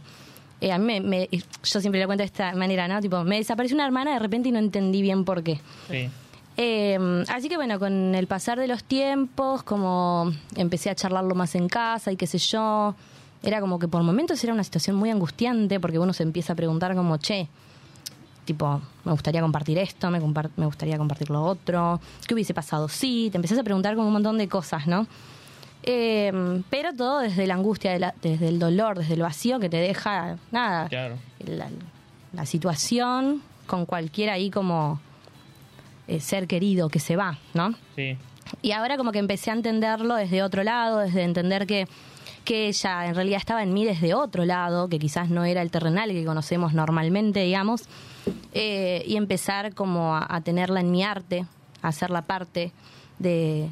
G: Eh, a mí me- me- yo siempre lo cuento de esta manera, ¿no? Tipo, me desapareció una hermana de repente y no entendí bien por qué.
E: Sí.
G: Eh, así que bueno, con el pasar de los tiempos, como empecé a charlarlo más en casa y qué sé yo, era como que por momentos era una situación muy angustiante porque uno se empieza a preguntar como, che, tipo, me gustaría compartir esto, me, compar- me gustaría compartir lo otro, ¿qué hubiese pasado? Sí, te empezás a preguntar como un montón de cosas, ¿no? Eh, pero todo desde la angustia, de la- desde el dolor, desde el vacío que te deja, nada,
E: Claro.
G: la, la situación con cualquiera ahí como eh, ser querido que se va, ¿no?
E: Sí.
G: Y ahora como que empecé a entenderlo desde otro lado, desde entender que, que ella en realidad estaba en mí desde otro lado, que quizás no era el terrenal que conocemos normalmente, digamos, eh, y empezar como a, a tenerla en mi arte, a hacerla parte de...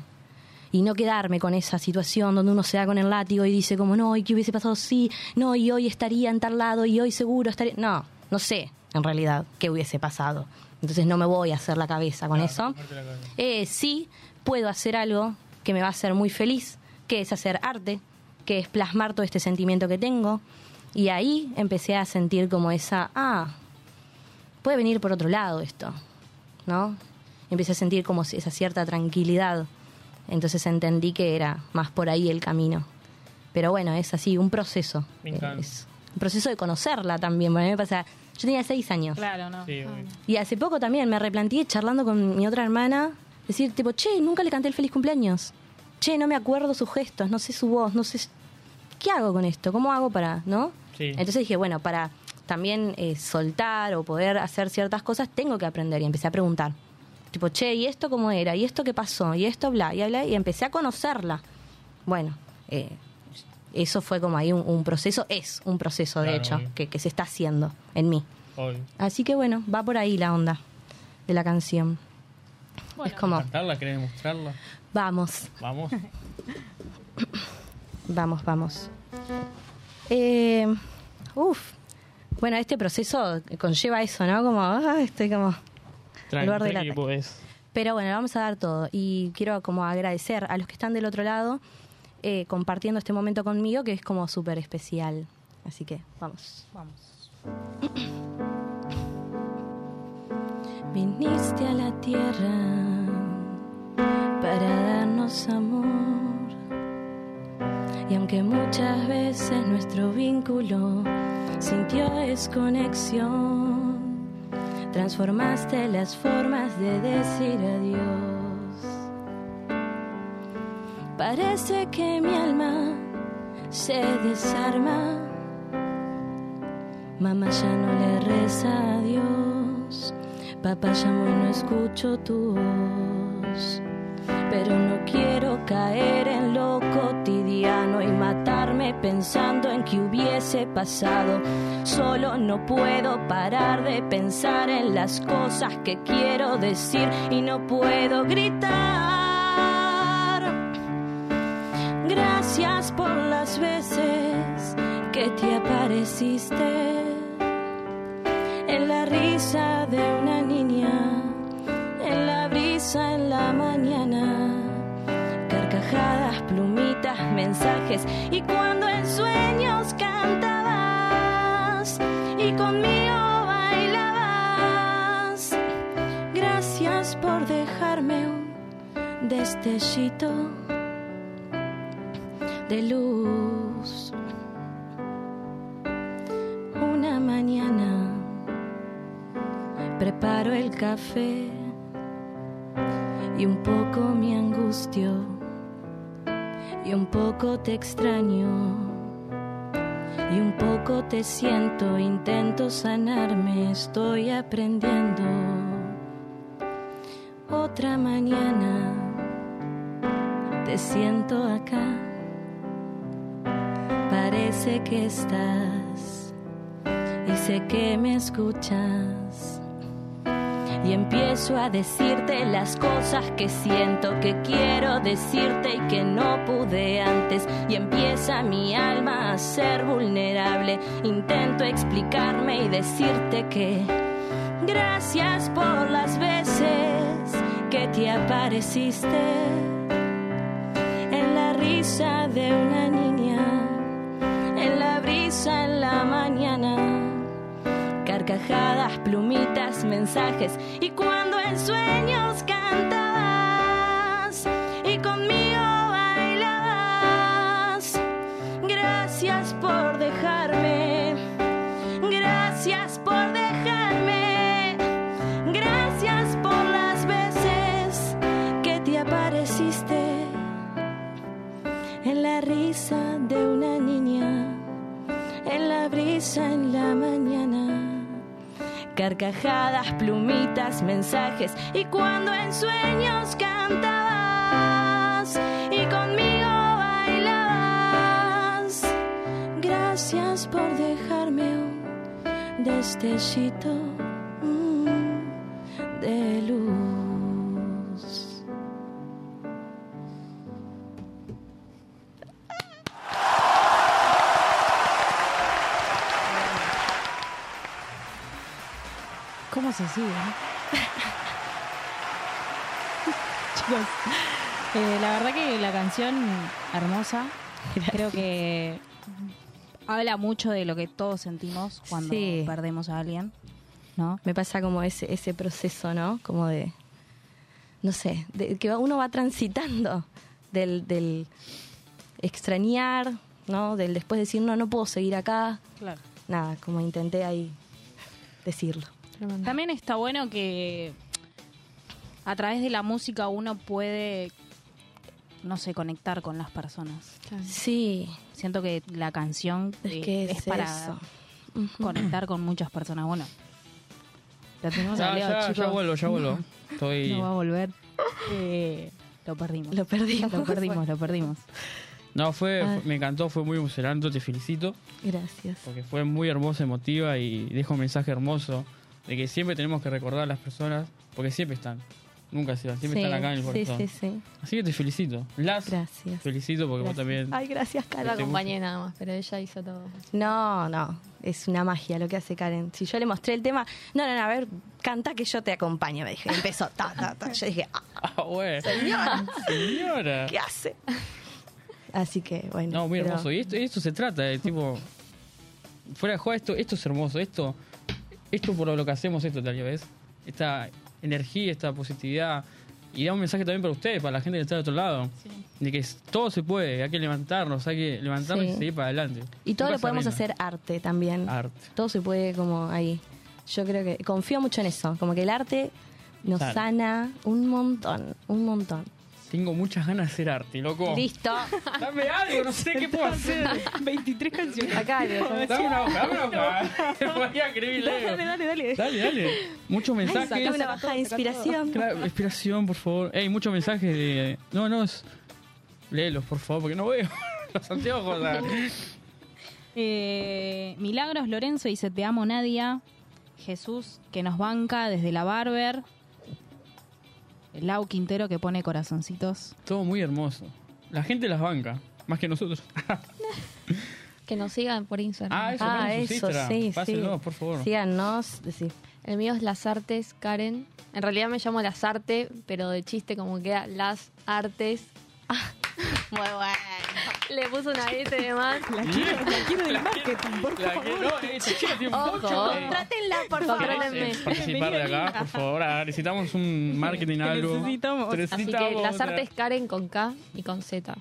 G: Y no quedarme con esa situación donde uno se da con el látigo y dice como, no, ¿y qué hubiese pasado? Sí, no, y hoy estaría en tal lado, y hoy seguro estaría... No, no sé, en realidad, qué hubiese pasado. Entonces no me voy a hacer la cabeza con eso eh, sí puedo hacer algo que me va a hacer muy feliz, que es hacer arte, que es plasmar todo este sentimiento que tengo. Y ahí empecé a sentir como esa, ah, puede venir por otro lado esto, ¿no? Empecé a sentir como si- esa cierta tranquilidad. Entonces entendí que era más por ahí el camino. Pero bueno, es así, un proceso.
E: Me encanta.
G: Es un proceso de conocerla también. Bueno, a mí me pasa, yo tenía seis años.
I: Claro, no.
E: Sí, obvio.
G: Y hace poco también me replanteé charlando con mi otra hermana, decir, tipo, che, nunca le canté el feliz cumpleaños. Che, no me acuerdo sus gestos, no sé su voz, no sé. s- ¿Qué hago con esto? ¿Cómo hago para.? ¿No?
E: Sí.
G: Entonces dije, bueno, para también eh, soltar o poder hacer ciertas cosas, tengo que aprender. Y empecé a preguntar. Tipo, che, ¿y esto cómo era? ¿Y esto qué pasó? ¿Y esto bla? Y bla. Y empecé a conocerla. Bueno, eh, eso fue como ahí un, un proceso, es un proceso, de
E: Claro,
G: hecho,
E: obvio.
G: que, que se está haciendo en mí.
E: obvio.
G: Así que bueno, va por ahí la onda de la canción. es como,
E: ¿Cantarla? ¿Querés mostrarla?
G: vamos,
E: Vamos.
G: vamos, vamos. Eh, uf. Bueno, este proceso conlleva eso, ¿no? Como, ah, estoy como... Al borde del
E: Tranqui, pues.
G: ataque.
E: podés.
G: Pero bueno, vamos a dar todo. Y quiero como agradecer a los que están del otro lado eh, compartiendo este momento conmigo, que es como súper especial. Así que vamos. Vamos. Viniste a la tierra para darnos amor. Y aunque muchas veces nuestro vínculo sintió desconexión, transformaste las formas de decir adiós. Parece que mi alma se desarma, mamá ya no le reza a Dios, papá llamó y no escucho tu voz. Pero no quiero caer en lo cotidiano y matarme pensando en que hubiese pasado. Solo no puedo parar de pensar en las cosas que quiero decir y no puedo gritar. Gracias por las veces que te apareciste en la risa de una niña, en la brisa en la mañana, carcajadas, plumitas, mensajes y cuando en sueños cantabas y conmigo bailabas. Gracias por dejarme un destellito de luz. Una mañana preparo el café y un poco me angustio y un poco te extraño y un poco te siento, intento sanarme, estoy aprendiendo. Otra mañana te siento acá, parece que estás y sé que me escuchas y empiezo a decirte las cosas que siento, que quiero decirte y que no pude antes. Y empieza mi alma a ser vulnerable. Intento explicarme y decirte que gracias por las veces que te apareciste en la risa de una niña, en la brisa en la mañana carcajadas, plumitas, mensajes y cuando en sueños cantabas y conmigo bailabas. Gracias por dejarme, gracias por dejarme, gracias por las veces que te apareciste en la risa de una niña en la brisa en la mañana. Carcajadas, plumitas, mensajes y cuando en sueños cantabas y conmigo bailabas. Gracias por dejarme un destellito mm, de luz.
D: ¿Cómo se sigue? Chicos, eh, la verdad que la canción hermosa, creo que habla mucho de lo que todos sentimos cuando
G: Sí.
D: perdemos a alguien, ¿no?
G: Me pasa como ese, ese proceso, ¿no? Como de, no sé, de, que uno va transitando del, del extrañar, ¿no? Del después decir, no, no puedo seguir acá.
D: Claro.
G: Nada, como intenté ahí decirlo.
H: Tremendo.
D: También está bueno que a través de la música uno puede, no sé, conectar con las personas.
G: Sí,
D: Siento que la canción
G: es
D: eh,
G: que es,
D: para
G: eso.
D: conectar con muchas personas. Bueno, lo tenemos a
E: Ya,
D: Leo,
E: ya, ya
D: chicos.
E: vuelvo, ya vuelvo. Estoy.
D: No va a volver. Eh, lo perdimos.
G: Lo perdimos.
D: Lo perdimos, lo perdimos.
E: No, fue, fue- me encantó, fue muy emocionante, te felicito,
G: Gracias.
E: porque fue muy hermosa, emotiva y deja un mensaje hermoso de que siempre tenemos que recordar a las personas, porque siempre están, nunca se van, siempre
G: sí,
E: están acá en el corazón.
G: Sí, sí, sí.
E: Así que te felicito, las
G: Gracias.
E: felicito porque
G: Gracias.
E: vos también...
G: Ay, gracias,
H: Yo
G: Karen.
H: la acompañé nada más, pero ella hizo todo.
G: No, no, es una magia lo que hace Karen. Si yo le mostré el tema, no, no, no, a ver, canta que yo te acompaño, me dije. Y Empezó, ta, ta, ta. Yo dije, ah,
E: Ah, bueno.
G: señor,
E: Señora.
G: ¿qué hace? Así que, bueno.
E: No, muy
G: pero-
E: hermoso. Y esto, esto se trata, de tipo. Fuera de juego, esto, esto es hermoso. Esto, esto por lo que hacemos esto, tal vez. Esta energía, esta positividad. Y da un mensaje también para ustedes, para la gente que está del otro lado. De que es- todo se puede, hay que levantarnos, hay que levantarnos
G: Sí.
E: y seguir para adelante.
G: Y todo
E: Nunca
G: lo
E: se
G: podemos
E: rinda.
G: hacer arte también.
E: Arte.
G: Todo se puede como ahí. Yo creo que confío mucho en eso, como que el arte nos
E: Sana.
G: sana un montón, un montón.
E: Tengo muchas ganas de hacer arte, loco.
G: Listo.
E: Dame algo, no sé qué puedo hacer.
D: 23 canciones.
G: Acá, Leo.
E: Dame una hoja, dame una hoja. Voy a escribir
D: Dale,
E: algo.
D: dale, dale.
E: Dale, dale. Muchos mensajes.
G: Dame una bajada de inspiración.
E: Claro, inspiración, por favor. Ey, muchos mensajes de. No, no, es. Léelos, por favor, porque no veo. Los anteojos. la-
D: Eh, Milagros Lorenzo dice: Te amo, Nadia. Jesús, que nos banca desde la Barber. Lau Quintero, que pone corazoncitos.
E: Todo muy hermoso. La gente las banca, más que nosotros.
H: Que nos sigan por Instagram.
E: ah, eso,
G: Ah,
E: ponen sus
G: eso,
E: Instagram.
G: sí,
E: Pásenlo,
G: sí.
E: por favor.
G: Síganos, decí.
H: El mío es Las Artes, Karen. En realidad me llamo Las Artes, pero de chiste como queda Las Artes. Ah.
G: Muy bueno.
H: Le puse una S de más.
E: La quiero, la quiero del marketing, por favor. no, esa chica tiene un
H: Ojo.
E: pocho. Ey,
G: Trátenla, por
H: favor.
E: ¿querés, eh,
H: Trátenme.
E: Participar de acá, por favor. Ah, Necesitamos un marketing algo.
D: necesitamos. Así que
H: Así que
E: Necesitamos
H: Las
E: otra.
H: Artes, Karen con K y con Z.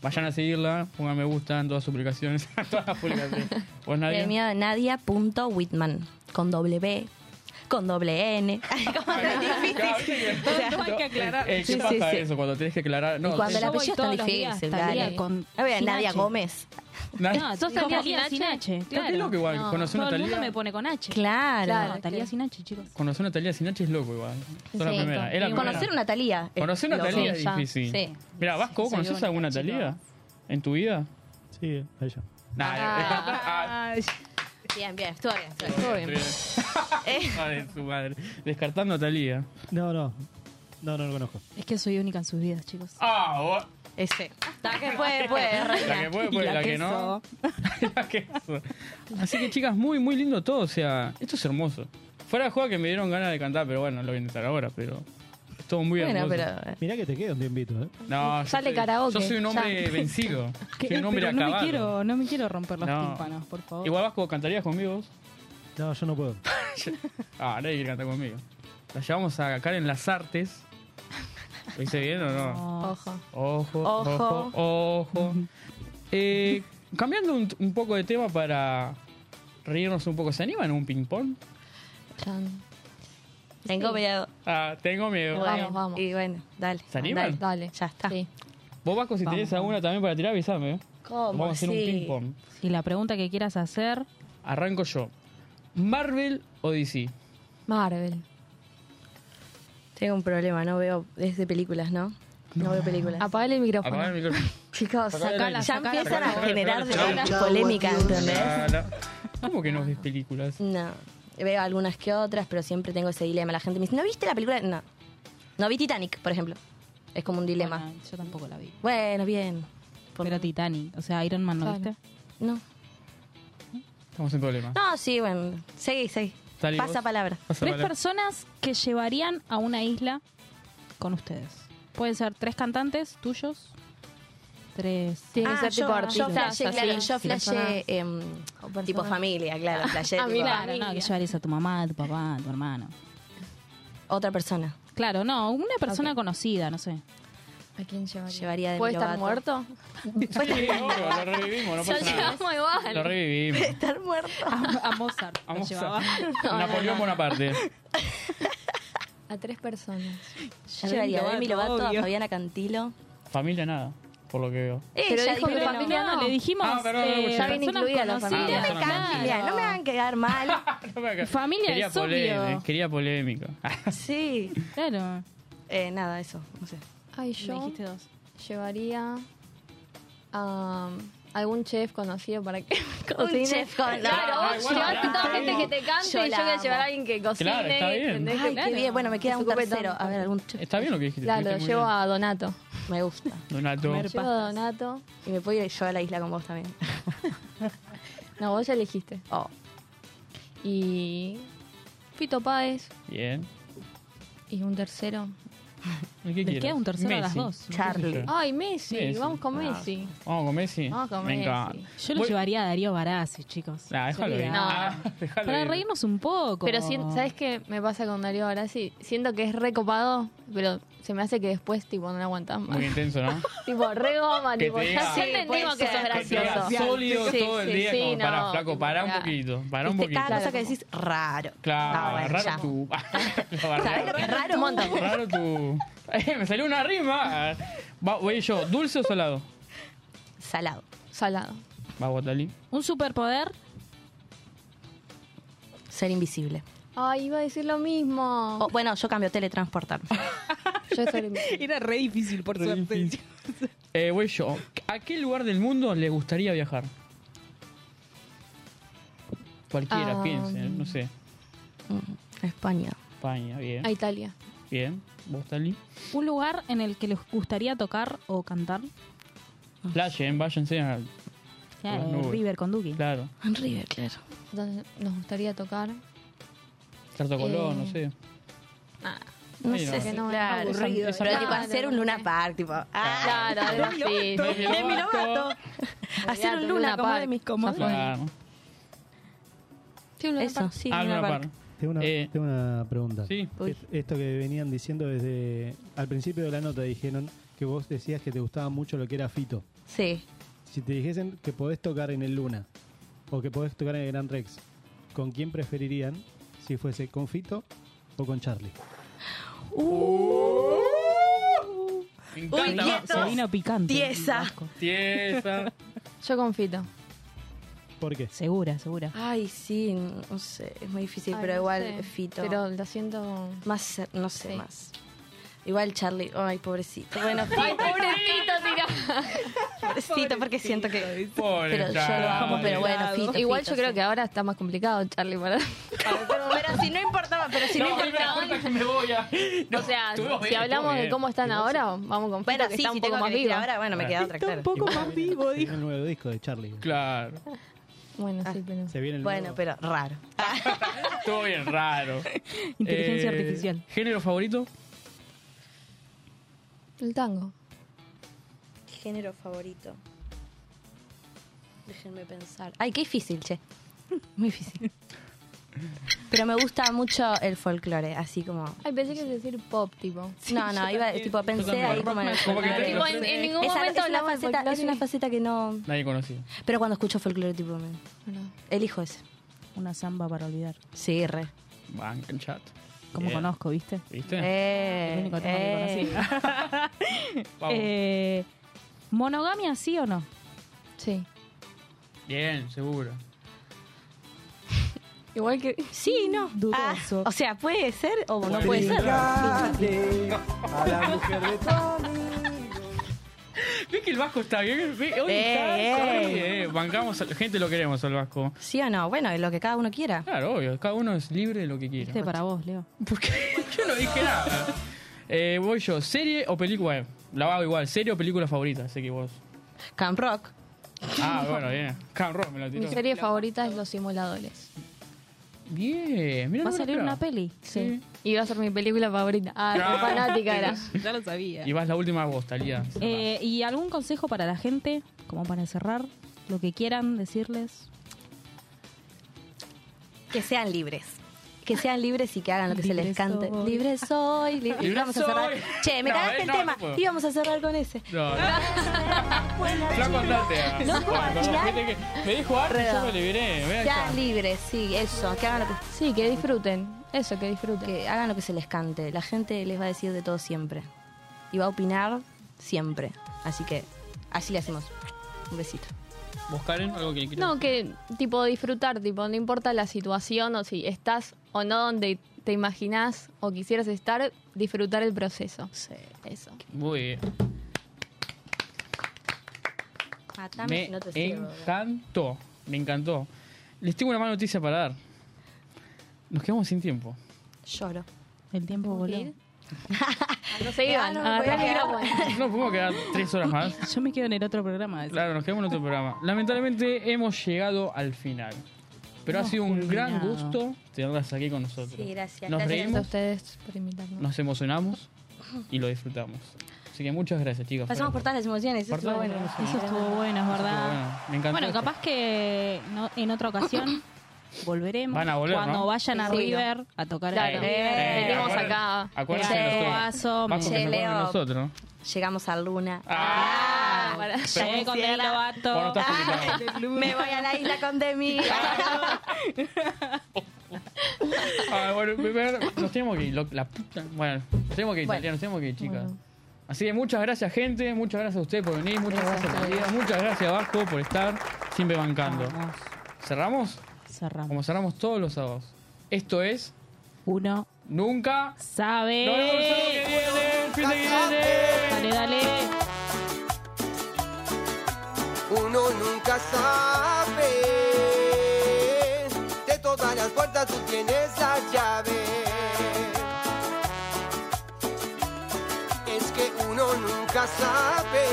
E: Vayan a seguirla, pongan me gusta en todas sus publicaciones. todas las publicaciones. ¿Vos, Nadia?
G: Premio Nadia.Whitman. Con doble B. Con doble N. Como tan
E: Claro,
G: difícil.
E: viste que-
G: O sea,
D: hay que aclarar.
E: Eh, ¿Qué
G: Sí,
E: pasa
G: sí, sí.
E: eso cuando tenés que aclarar? No,
G: y cuando
E: sí.
G: el
D: la- yo
G: apellido
D: voy
G: es tan
D: todos los días hasta
G: difícil,
D: el
G: dale.
D: día con
G: No veo a
D: sin
G: Nadia
D: H.
G: Gómez.
E: na-
D: No, sos
H: ¿Cómo?
D: Talía
H: ¿Sin
D: sin
H: H?
D: H.
E: Está
D: Claro.
E: que loco igual.
H: No,
E: Conocer
D: Todo
E: una
D: el mundo
E: Talía.
D: me pone con H.
G: Claro.
D: No, Talía sin H, chicos.
E: Conocer una Talía sin H es loco igual. Sos la
H: Sí,
E: primera. Es la primera.
G: Conocer una Talía. eh,
E: Conocer una
G: lo-
E: Talía
H: sí,
E: es
H: ya.
E: difícil.
G: Sí.
E: Mira, Vasco, ¿vos
D: Soy
E: conocés
D: única,
E: alguna
D: chicos.
E: Talía en tu vida?
F: Sí, ahí ya.
E: Nah,
H: Ah.
E: ah,
G: Bien, bien, estuvo bien. estuvo bien.
H: Todo bien.
E: bien. Hija de su madre. Descartando a Talía.
F: No, no. No, no lo conozco.
I: Es que soy única en sus vidas, chicos.
E: Ah, o-
G: Ese. La que puede, puede,
E: la que
G: reina.
E: puede, puede, la, que no. La que no. Así que, chicas, muy, muy lindo todo. O sea, esto es hermoso. Fuera de juego que me dieron ganas de cantar, pero bueno, lo voy a intentar ahora, pero. Estuvo muy
G: Bueno,
E: hermoso.
G: pero.
F: Mirá que te quedo un invito, ¿eh?
E: No, yo
H: Sale
E: soy-
H: karaoke,
E: Yo soy un hombre
H: ya.
E: vencido.
I: Que-
E: soy un hombre
I: pero no me,
E: acabado.
I: quiero, no me quiero romper los
E: No.
I: tímpanos, por favor.
E: Igual Vasco, ¿cantarías conmigo vos?
F: No, yo no puedo.
E: Ah, nadie quiere cantar conmigo. La llevamos a Karen Las Artes. ¿Lo hice bien o no?
I: No.
H: Ojo.
E: Ojo, ojo,
G: Ojo.
E: ojo. Eh, cambiando un, un poco de tema para reírnos un poco, ¿se animan a un ping-pong?
H: Chan.
G: Tengo miedo.
E: Ah, tengo miedo.
H: Vamos, vamos.
G: Y bueno, dale.
E: ¿Se animan?
G: andale.
H: Dale.
G: Ya está.
H: Sí.
E: Vos, Vasco, si tenés alguna también para tirar, avísame. ¿eh?
G: ¿Cómo?
E: Vamos a hacer un
G: Sí.
E: ping-pong.
D: Y la pregunta que quieras hacer,
E: Arranco yo. ¿Marvel o DC?
H: Marvel.
G: Tengo un problema, no veo. Es de películas, ¿no? No, veo películas.
H: Apagale el micrófono.
E: Apagar el micrófono.
G: Chicos,
E: Sacala,
G: ya
E: sacala,
G: empiezan
E: sacala,
G: a generar
E: sacala, sacala.
G: una polémica, ¿entendés?
E: Chala. ¿Cómo que no ves películas?
G: No. Veo algunas que otras, pero siempre tengo ese dilema. La gente me dice, ¿no viste la película? No. No vi Titanic, por ejemplo. Es como un dilema.
I: Bueno, yo tampoco la vi.
G: Bueno, bien. Por-
D: pero Titanic, o sea, Iron Man, ¿no
H: Claro.
D: viste?
G: No.
E: Estamos en problemas.
G: No, sí, bueno. Seguí, seguí.
E: Salí vos.
G: Pasa palabra.
E: Pasa
D: Tres
E: palabra.
D: personas que llevarían a una isla con ustedes. Pueden ser tres cantantes tuyos, tres...
H: Tiene que
G: Ah,
H: ser
G: yo,
H: tipo artista.
G: yo flashé, claro, yo flashé em,
H: personas.
G: tipo familia, claro, flashé
H: Ah,
G: tipo,
H: mirá.
D: Claro, no, que llevarías a tu mamá, a tu papá, a tu hermano.
G: otra persona.
D: Claro, no, una persona conocida, no sé.
H: ¿A quién llevaría?
G: Llevaría de
H: ¿Puede
G: mi
H: estar muerto?
G: lobato.
E: Sí, obvio, lo revivimos, no pasa nada.
H: llevamos igual.
E: Lo revivimos.
G: Estar muerto.
D: A, a Mozart. lo
E: Vamos
D: llevaba.
E: a Napoleón Bonaparte.
H: A tres personas.
G: Yo llevaría a Demi
D: Lovato,
G: Lovato, a
D: obvio.
G: Fabiana Cantilo.
E: Familia nada, por lo que veo.
G: Eh,
H: Pero
G: ya
H: dijo que
G: dije que
H: la
G: no.
H: familia-
D: No, le dijimos.
E: Ah, perdón, no,
D: eh,
E: ya viene
D: personas
H: incluida la
D: conocidas.
H: familia.
G: No me
E: Claro.
G: cambian, no me van a quedar mal.
E: No me hagas-
D: Familia
E: quería
D: es obvio.
E: polémica, quería polémica.
G: Sí.
D: Claro.
G: Eh, nada, eso. No sé.
H: Ay,
D: Me
H: yo
D: dijiste dos.
H: llevaría a um, algún chef conocido para que
G: Un
H: cocine.
G: chef con-
H: Claro,
E: Ah,
H: vos
E: igual,
H: llevás
E: pará,
H: toda
E: está
H: gente que
E: bien.
H: te cante
G: Yo
H: y
G: la
H: yo voy a
G: amo.
H: llevar a alguien que cocine.
E: Claro, está bien.
H: ¿entendés?
G: Ay,
H: Claro.
G: qué bien. Bueno, me
H: Se
G: queda un
H: ocupe
G: tercero.
H: tanto.
G: A ver, algún chef.
E: Está bien lo que dijiste.
H: Claro,
E: estuviste muy
H: llevo
E: bien.
H: a Donato.
G: Me gusta.
E: Donato.
D: Comer.
H: Llevo a
D: pastas.
H: Donato.
G: Y me puedo ir yo a la isla con vos también.
H: No, vos ya elegiste.
G: Oh.
H: Y Fito Páez.
E: Bien.
H: Y un tercero.
E: ¿Qué
D: Les
E: quieres?
D: queda un tercero a las
E: Messi.
D: dos.
G: Charlie.
H: Ay, Messi.
E: Messi. Ah,
H: Vamos con Messi.
E: Vamos con Messi.
H: Vamos con
E: Me encanta.
H: Messi.
D: Yo lo
E: Voy-
D: llevaría a Darío Barassi, chicos.
E: Nah, déjalo
D: Yo
E: ir.
D: le-
H: No.
E: Ah, déjalo
D: Para
E: ir.
D: reírnos un poco.
H: Pero si, ¿sabes qué me pasa con Darío ahora? Sí, siento que es recopado, pero se me hace que después, tipo, no lo aguantas más.
E: Muy intenso, ¿no?
H: tipo, re goma,
E: Que
H: tipo,
E: te
H: ya
E: diga-
H: sí,
E: Sí,
H: entendimos que sos
G: puede ser.
E: Que te veas
H: gracioso.
E: sólido
H: Sí,
E: todo el
H: sí,
E: día.
H: sí,
E: como,
H: no,
E: pará, flaco,
H: tipo,
E: pará un
H: pará.
E: poquito. Pará un
G: Viste,
E: poquito.
G: cada cosa que decís, raro. Ah,
E: Claro,
G: bueno, ya.
E: raro tu.
G: ¿Sabés lo que es raro?
E: Raro tu. Eh, me salió una rima. Va, voy yo, dulce o salado.
G: Salado.
H: Salado.
E: Va, Guatalí.
D: Un superpoder.
G: Ser invisible.
H: Ay, iba a decir lo mismo.
G: O, bueno, yo cambio teletransportar.
H: Oh, Yo estoy
D: Era re difícil, por suerte.
E: Eh, voy yo. ¿A qué lugar del mundo le gustaría viajar? Cualquiera,
H: Ah.
E: piensen, no sé.
G: Mm, España.
E: España, bien.
H: a Italia.
E: Bien. ¿Vos, Tali?
D: Un lugar en el que les gustaría tocar o cantar.
E: Playen, váyanse a.
D: Claro,
E: Las nubes.
D: eh, River con Duki.
E: Claro.
G: En River, claro.
H: Entonces, nos gustaría tocar.
E: Carto Colón, no sé.
H: Ah,
G: No
E: Sí,
G: sé
E: no.
G: si
H: no,
G: claro.
E: aburrido.
G: Pero tipo
H: Claro.
G: hacer un Luna Park, tipo. Ah,
H: claro, algo así.
E: Demi
G: Demi Lovato. Hacer
H: Olvidate,
G: un Luna
H: Luna
G: como
H: Park.
G: de mis comandos.
E: Claro.
H: Sí, un lugar
G: Eso,
H: para-
G: sí,
E: Ah,
G: Luna
E: Luna
G: Park.
E: Park.
F: Tengo una,
E: Eh.
F: tengo una pregunta.
E: Sí.
G: Uy.
F: Es- Esto que venían diciendo desde al principio de la nota dijeron que vos decías que te gustaba mucho lo que era Fito.
G: Sí.
F: Si te dijesen que podés tocar en el Luna o que podés tocar en el Gran Rex, ¿con quién preferirían si fuese con Fito o con Charlie?
G: Uh.
E: Me
G: Uy,
E: encanta.
G: quieto.
E: Vasco.
D: Se vino picante.
H: ah.
G: Tiesa.
D: Vasco.
E: Tiesa.
H: Yo confito.
F: ¿Por qué?
D: Segura, segura.
G: Ay, sí, no sé, es muy difícil, pero igual Fito.
H: Pero lo siento.
G: Más, cer- no sé,
H: Sí.
G: más. Igual Charlie, ay, pobrecito. Bueno,
H: Ay, pobrecito, tira.
G: pobrecito, porque siento que...
E: Pobre
G: Pero yo lo amo,
E: Charlie.
G: pero bueno, Fito.
H: Igual yo
G: Fito,
H: creo
G: sí.
H: que ahora está más complicado, Charlie, para.
G: Pero Pero si no importaba, pero si no, importaba.
E: me voy a...
H: O sea, si hablamos de cómo están ahora, vamos con
G: Bueno,
H: Fito, que
G: sí,
H: está
G: si
H: un poco
G: tengo
H: más
G: que decir
H: vivo.
G: ahora, bueno, me queda otra, claro.
F: más vivo, dijo. el nuevo disco de Charlie.
E: Claro,
H: Bueno, sí, pero...
F: Se viene el
G: Bueno,
F: nuevo.
G: pero raro. Ah.
E: estuvo bien raro.
D: Inteligencia
E: Eh,
D: artificial.
E: ¿Género favorito?
H: El tango.
G: Género favorito. Déjenme pensar. Ay, qué difícil, che. Muy difícil. Pero me gusta mucho el folclore, así como.
H: Ay, pensé que ibas a decir pop, tipo.
G: no, no, iba, tipo, pensé ahí como en el
E: Como que
G: folclore.
E: te-
H: Tipo, en, en ningún
G: Esa-
H: momento
G: es, una
H: hablamos de
G: faceta, es
H: folclore.
G: una faceta que no.
E: Nadie conocido.
G: Pero cuando escucho folclore, tipo, me-
H: Bueno,
G: elijo ese.
D: Una samba para olvidar.
G: Sí, re.
E: Banca en chat.
D: Como
E: Bien.
D: conozco, ¿viste?
E: ¿Viste?
G: Eh,
D: El único tema que
G: eh.
D: conocí.
E: Vamos.
D: Eh, ¿Monogamia sí o no?
H: Sí.
E: Bien, seguro.
H: Igual que...
G: Sí, no. Ah,
D: Dudoso.
G: o sea, puede ser o no
E: Puede
G: puede ser.
B: a la mujer de
E: ¿Ves que el Vasco está bien? ¿Ve? Hoy
G: Eh,
E: está, está
G: eh.
E: bien, eh. Bancamos, a la gente lo queremos al Vasco.
G: Sí o no. Bueno, lo que cada uno quiera.
E: Claro, obvio, cada uno es libre de lo que quiera.
D: Este para vos, Leo.
E: ¿Por qué? Yo no dije nada. Eh, voy yo, serie o película. Bueno, la hago igual, serie o película favorita, sé que vos.
G: Camp Rock.
E: Ah, bueno, bien. Cam Rock me lo
H: Mi
E: tiró.
H: serie favorita es Los Simuladores.
E: Bien, mira.
D: Va a salir una peli.
H: Sí. Y va a ser mi película favorita. Ah, qué
E: Claro.
H: fanática era.
I: Ya lo sabía.
E: Y vas la última vos, Talía.
D: Eh, ¿Y algún consejo para la gente? Como para cerrar, lo que quieran decirles.
G: Que sean libres. Que sean libres y que hagan lo que se
D: Libre
G: les cante.
D: soy.
G: Libre soy, libre.
E: Libre
G: Íbamos a cerrar.
E: soy.
G: Che, me
E: No,
G: cagaste
E: eh,
G: el
E: no,
G: tema.
E: no puedo.
G: Íbamos a cerrar con ese.
E: No, no. Flaco andate.
G: No,
E: Flaco,
G: al final-
E: fíjate que me dijo arte y yo me liberé. Ve allá.
G: Sean libres, sí, eso. Que hagan, lo que,
H: Sí, que disfruten. Eso, que disfruten.
G: que hagan lo que se les cante. La gente les va a decir de todo siempre. Y va a opinar siempre. Así que así le hacemos. Un besito.
E: ¿Vos, Karen, algo que quieras?
H: No, que tipo disfrutar, tipo, no importa la situación o si estás o no donde te imaginás o quisieras estar, disfrutar el proceso. Eso.
E: Muy bien.
G: Matame
E: Me
G: si no te sirvo, ¿verdad?
E: encantó. Me encantó. Les tengo una mala noticia para dar. Nos quedamos sin tiempo.
G: Lloro.
D: El tiempo voló.
H: Ah, No se iban,
G: Ah, no me
H: agarrá el
G: podía quedar.
H: micrófono.
E: No podemos quedar tres horas más.
D: Yo me quedo en el otro programa.
E: Claro, nos quedamos en otro programa. Lamentablemente hemos llegado al final. Pero ha
D: Hemos
E: sido un gran
D: culminado.
E: gusto tenerlas aquí con nosotros.
G: Sí, gracias.
E: Nos
G: Gracias a
H: Gracias a
E: reímos,
H: ustedes por invitarnos.
E: nos emocionamos y lo disfrutamos. Así que muchas gracias, chicas.
G: Pasamos por todas las emociones. Eso
E: Por
G: estuvo
E: todas
G: bueno.
E: las
D: Eso estuvo bueno, es verdad.
E: Me encantó.
D: Bueno, capaz que no- en otra ocasión volveremos.
E: Van a volver,
D: Cuando
E: ¿no?
D: vayan a
H: Sí,
D: River a tocar
H: Claro.
D: a River.
G: Eh,
H: venimos
E: acuérdense-
H: acá.
E: Acuérdense
G: Che,
E: de nosotros.
D: Paso,
E: Vasco,
D: me-
E: que se
G: Che,
E: acuerden de
G: Leo.
E: nosotros.
G: Llegamos a Luna.
E: Ah,
H: para-
E: pero
D: Llegué con
G: Cierra.
D: Demi Lovato.
E: vos no estás
H: Ah.
E: invitado.
G: Me voy a la isla con Demi.
E: Ah, bueno, me- me- nos tenemos que ir, lo- la puta. Bueno, nos tenemos que ir, Talía, nos tenemos que ir, chicas. Así que muchas gracias, gente. Muchas gracias a ustedes por venir. Muchas gracias, Talía. Muchas gracias, Vasco, por estar siempre bancando.
D: Vamos,
E: ¿Cerramos?
D: cerramos.
E: Como cerramos todos los sábados. Esto es
D: Uno
E: Nunca.
D: sabe.
E: Nos vemos el sábado que viene, el fin de que viene.
D: Dale, dale.
C: uno nunca sabe. De todas las puertas tú tienes la llave. Es que uno nunca sabe.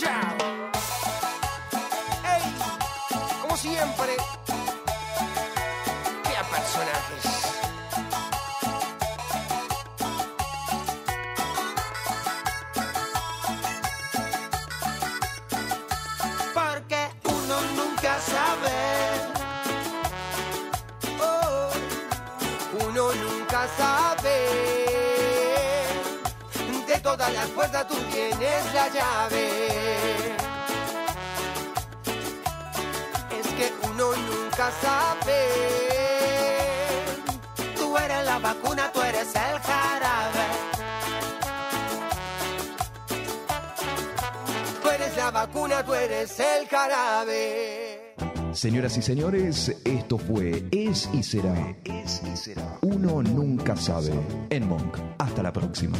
C: Ya. Ey, como siempre. Vea personajes. porque uno nunca sabe. Oh, uno nunca sabe. De todas las puertas tú tienes la llave. Es que uno nunca sabe. Tú eres la vacuna, tú eres el jarabe. Tú eres la vacuna, tú eres el jarabe.
B: Señoras y señores, esto fue Es y Será. Uno nunca sabe. En Monk. Hasta la próxima.